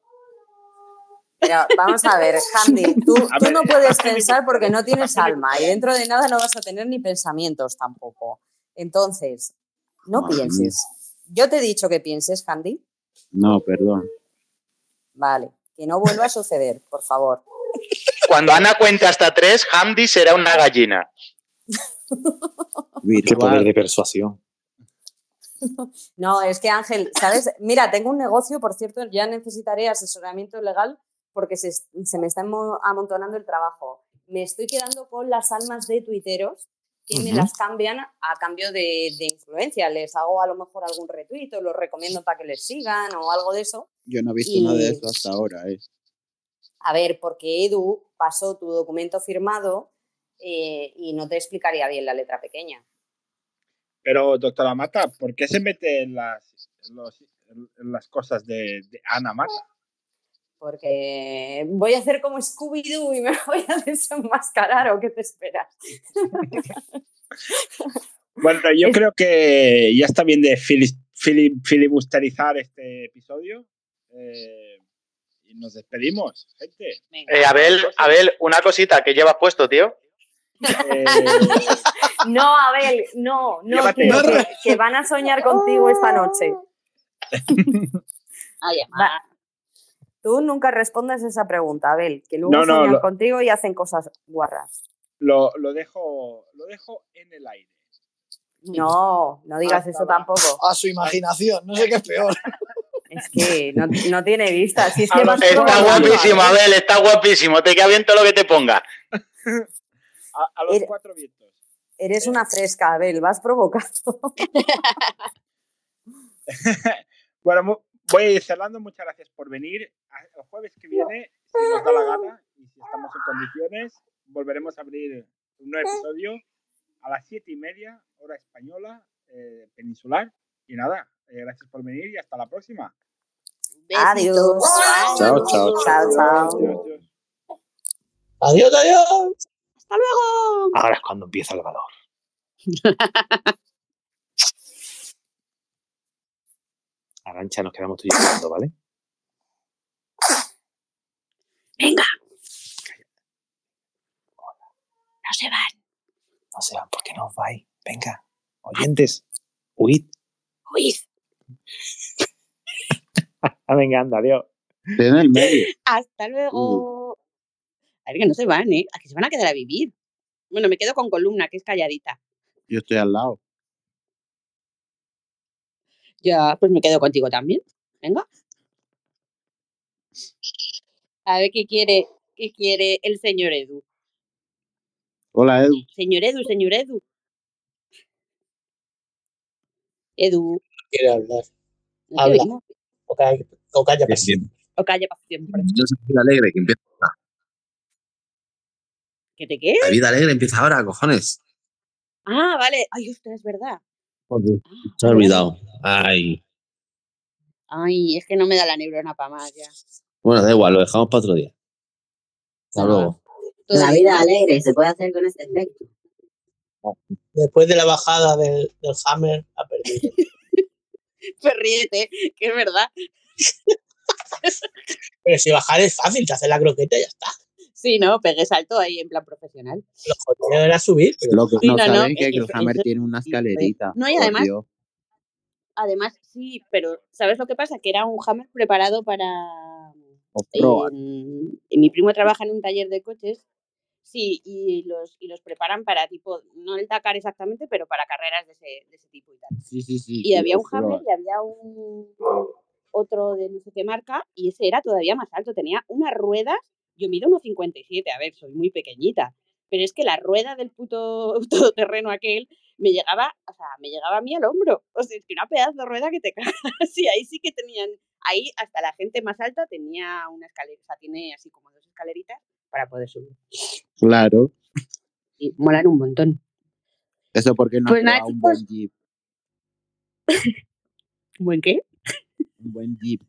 [SPEAKER 6] Pero vamos a ver, Handy, tú,
[SPEAKER 13] A
[SPEAKER 6] tú
[SPEAKER 13] ver,
[SPEAKER 6] no puedes
[SPEAKER 13] hazme mi-
[SPEAKER 6] pensar porque no tienes
[SPEAKER 13] hazme mi-
[SPEAKER 6] alma y dentro de nada no vas a tener ni pensamientos tampoco. Entonces, no
[SPEAKER 10] Madre mía.
[SPEAKER 6] pienses. Yo te he dicho que pienses, Handy.
[SPEAKER 10] No, perdón.
[SPEAKER 6] Vale, que no vuelva a suceder, por favor.
[SPEAKER 9] Cuando Ana cuenta hasta tres, Hamdi será una gallina.
[SPEAKER 11] Qué poder de persuasión.
[SPEAKER 6] No, es que Ángel, ¿sabes? Mira, tengo un negocio, por cierto, ya necesitaré asesoramiento legal porque se, es- se me está amo- amontonando el trabajo. Me estoy quedando con las almas de tuiteros que me
[SPEAKER 11] Ujú.
[SPEAKER 6] las cambian a cambio de, de influencia. Les hago a lo mejor algún retuit o los recomiendo para que les sigan o algo de eso.
[SPEAKER 10] Yo no he visto
[SPEAKER 6] Y-
[SPEAKER 10] nada de eso hasta ahora, ¿eh?
[SPEAKER 6] A ver, porque Edu pasó tu documento firmado eh, y no te explicaría bien la letra pequeña.
[SPEAKER 3] Pero, doctora Mata, ¿por qué se mete en las, en los- en las cosas de, de Ana Mata?
[SPEAKER 6] Porque voy a hacer como Scooby-Doo y me voy a desenmascarar o qué te esperas.
[SPEAKER 3] Bueno, yo creo que ya está bien de filis- fili- filibusterizar este episodio. Eh, y nos despedimos, gente.
[SPEAKER 9] Eh, Abel, Abel, una cosita que llevas puesto, tío.
[SPEAKER 3] Eh,
[SPEAKER 6] No, Abel, no, no,
[SPEAKER 9] Llévate
[SPEAKER 6] tío,
[SPEAKER 9] otro.
[SPEAKER 6] que, que van a soñar contigo esta noche. Va. Tú nunca respondes esa pregunta, Abel, que luego
[SPEAKER 3] No, no,
[SPEAKER 6] soñan
[SPEAKER 3] lo-
[SPEAKER 6] contigo y hacen cosas guarras.
[SPEAKER 3] Lo, lo dejo, lo dejo en el aire.
[SPEAKER 6] No, no digas eso tampoco.
[SPEAKER 14] A su imaginación, no sé qué es peor.
[SPEAKER 6] Es que no, no tiene vista. Si es
[SPEAKER 3] Ah,
[SPEAKER 6] que vas como
[SPEAKER 9] Está
[SPEAKER 6] loco,
[SPEAKER 9] guapísimo,
[SPEAKER 6] Abel.
[SPEAKER 9] Abel, está guapísimo. Te queda bien todo lo que te ponga.
[SPEAKER 3] A, a los
[SPEAKER 6] Era-
[SPEAKER 3] cuatro vientos.
[SPEAKER 6] Eres una fresca, Abel, vas provocando.
[SPEAKER 3] Bueno, mu- voy a ir cerrando. Muchas gracias por venir. A- El jueves que viene, si nos da la gana y si estamos en condiciones, volveremos a abrir un nuevo episodio a las siete y media, hora española, eh, peninsular. Y nada, eh, gracias por venir y hasta la próxima.
[SPEAKER 6] Adiós.
[SPEAKER 3] Chao, chao, chao.
[SPEAKER 6] Chao, chao.
[SPEAKER 8] Adiós, adiós.
[SPEAKER 5] Hasta luego.
[SPEAKER 11] Ahora es cuando empieza el valor. Arancha, nos quedamos tú y yo hablando, ¿vale?
[SPEAKER 5] Venga. No se van.
[SPEAKER 11] No se van, porque no os vais. Venga, oyentes, huid.
[SPEAKER 5] Huid.
[SPEAKER 11] Ah, venga, anda, adiós.
[SPEAKER 10] Tiene el medio. Uh.
[SPEAKER 5] Hasta luego. A ver, que no se van, ¿eh? A que se van a quedar a vivir. Bueno, me quedo con columna, que es calladita.
[SPEAKER 10] Yo estoy al lado.
[SPEAKER 5] Ya, pues me quedo contigo también. Venga. A ver qué quiere, qué quiere el señor Edu.
[SPEAKER 10] Hola, Edu.
[SPEAKER 5] Señor Edu, señor Edu. Edu.
[SPEAKER 8] Quiere hablar.
[SPEAKER 5] no te
[SPEAKER 8] Habla.
[SPEAKER 5] oímos.
[SPEAKER 8] O calla, o calla para siempre.
[SPEAKER 5] O calla para siempre.
[SPEAKER 15] Yo soy vida alegre, que empieza ahora.
[SPEAKER 5] ¿Que te qué?
[SPEAKER 15] La vida alegre empieza ahora, cojones.
[SPEAKER 5] Ah, vale. Ay, hostia, es verdad.
[SPEAKER 15] Se ha olvidado. Ay.
[SPEAKER 5] Ay, es que no me da la neurona para más ya.
[SPEAKER 15] Bueno, da igual, lo dejamos para otro día. Hasta luego.
[SPEAKER 16] La vida alegre se puede hacer con este efecto.
[SPEAKER 8] Después de la bajada del, del Hammer, ha perdido.
[SPEAKER 5] Pues ríete, que es verdad.
[SPEAKER 8] Pero si bajar es fácil, te hace la croqueta y ya está.
[SPEAKER 5] Sí, no, pegué salto ahí en plan profesional.
[SPEAKER 8] Lo jodido era subir. pero-
[SPEAKER 15] Pues
[SPEAKER 10] Lo que
[SPEAKER 5] Sí,
[SPEAKER 10] no,
[SPEAKER 5] no, no,
[SPEAKER 10] saben
[SPEAKER 5] es
[SPEAKER 10] que
[SPEAKER 5] que
[SPEAKER 10] Grhammer
[SPEAKER 5] eso-
[SPEAKER 10] tiene una escalerita.
[SPEAKER 5] No, y
[SPEAKER 10] por
[SPEAKER 5] además-
[SPEAKER 10] Dios.
[SPEAKER 5] Además, sí, pero ¿sabes lo que pasa? Que era un hammer preparado para...
[SPEAKER 10] Proa.
[SPEAKER 5] en- en mi primo trabaja en un taller de coches, sí, y los, y los preparan para tipo, no el Dakar exactamente, pero para carreras de ese, de ese tipo y tal.
[SPEAKER 10] Sí, sí, sí.
[SPEAKER 5] Y
[SPEAKER 10] sí,
[SPEAKER 5] había un
[SPEAKER 10] off-road.
[SPEAKER 5] hammer y había un otro de no sé qué marca, y ese era todavía más alto, tenía unas ruedas, yo mido 1,57, a ver, soy muy pequeñita, pero es que la rueda del puto todoterreno aquel me llegaba, o sea, me llegaba a mí al hombro. O sea, es que una pedazo de rueda que te cagas. Sí, ahí sí que tenían, ahí hasta la gente más alta tenía una escalera, o sea, tiene así como dos escaleritas para poder subir.
[SPEAKER 10] Claro.
[SPEAKER 5] Y molan un montón.
[SPEAKER 10] Eso porque no
[SPEAKER 5] Pues
[SPEAKER 10] has
[SPEAKER 5] nada,
[SPEAKER 10] probado un
[SPEAKER 5] chicos.
[SPEAKER 10] buen jeep.
[SPEAKER 5] ¿Un buen qué?
[SPEAKER 10] Un buen jeep.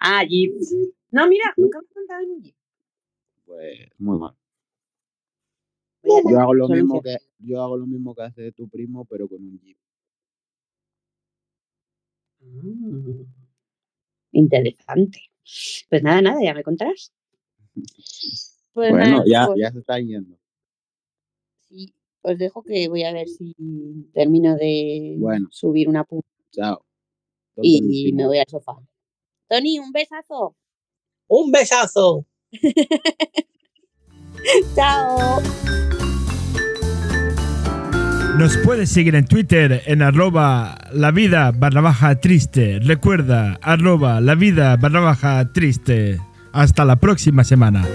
[SPEAKER 5] Ah, Jeep. No, mira, nunca me he contado en un Jeep.
[SPEAKER 10] Pues muy mal.
[SPEAKER 5] Voy a
[SPEAKER 10] Yo hago lo
[SPEAKER 5] solo
[SPEAKER 10] mismo
[SPEAKER 5] un
[SPEAKER 10] que yo hago lo mismo que hace tu primo, pero con un jeep.
[SPEAKER 5] Jeep. Ah, interesante. Pues nada, nada, ya me contarás. Pues
[SPEAKER 10] Bueno,
[SPEAKER 5] nada,
[SPEAKER 10] ya,
[SPEAKER 5] chicos,
[SPEAKER 10] ya se está yendo.
[SPEAKER 5] sí, os dejo que voy a ver si termino de
[SPEAKER 10] Bueno,
[SPEAKER 5] subir una pu
[SPEAKER 10] chao. Tonto el
[SPEAKER 5] y
[SPEAKER 10] último.
[SPEAKER 5] me voy al sofá. Tony, un besazo.
[SPEAKER 8] Un besazo.
[SPEAKER 5] Chao.
[SPEAKER 2] Nos puedes seguir en Twitter en arroba la vida barra baja triste. Recuerda, arroba la vida barra baja triste. Hasta la próxima semana.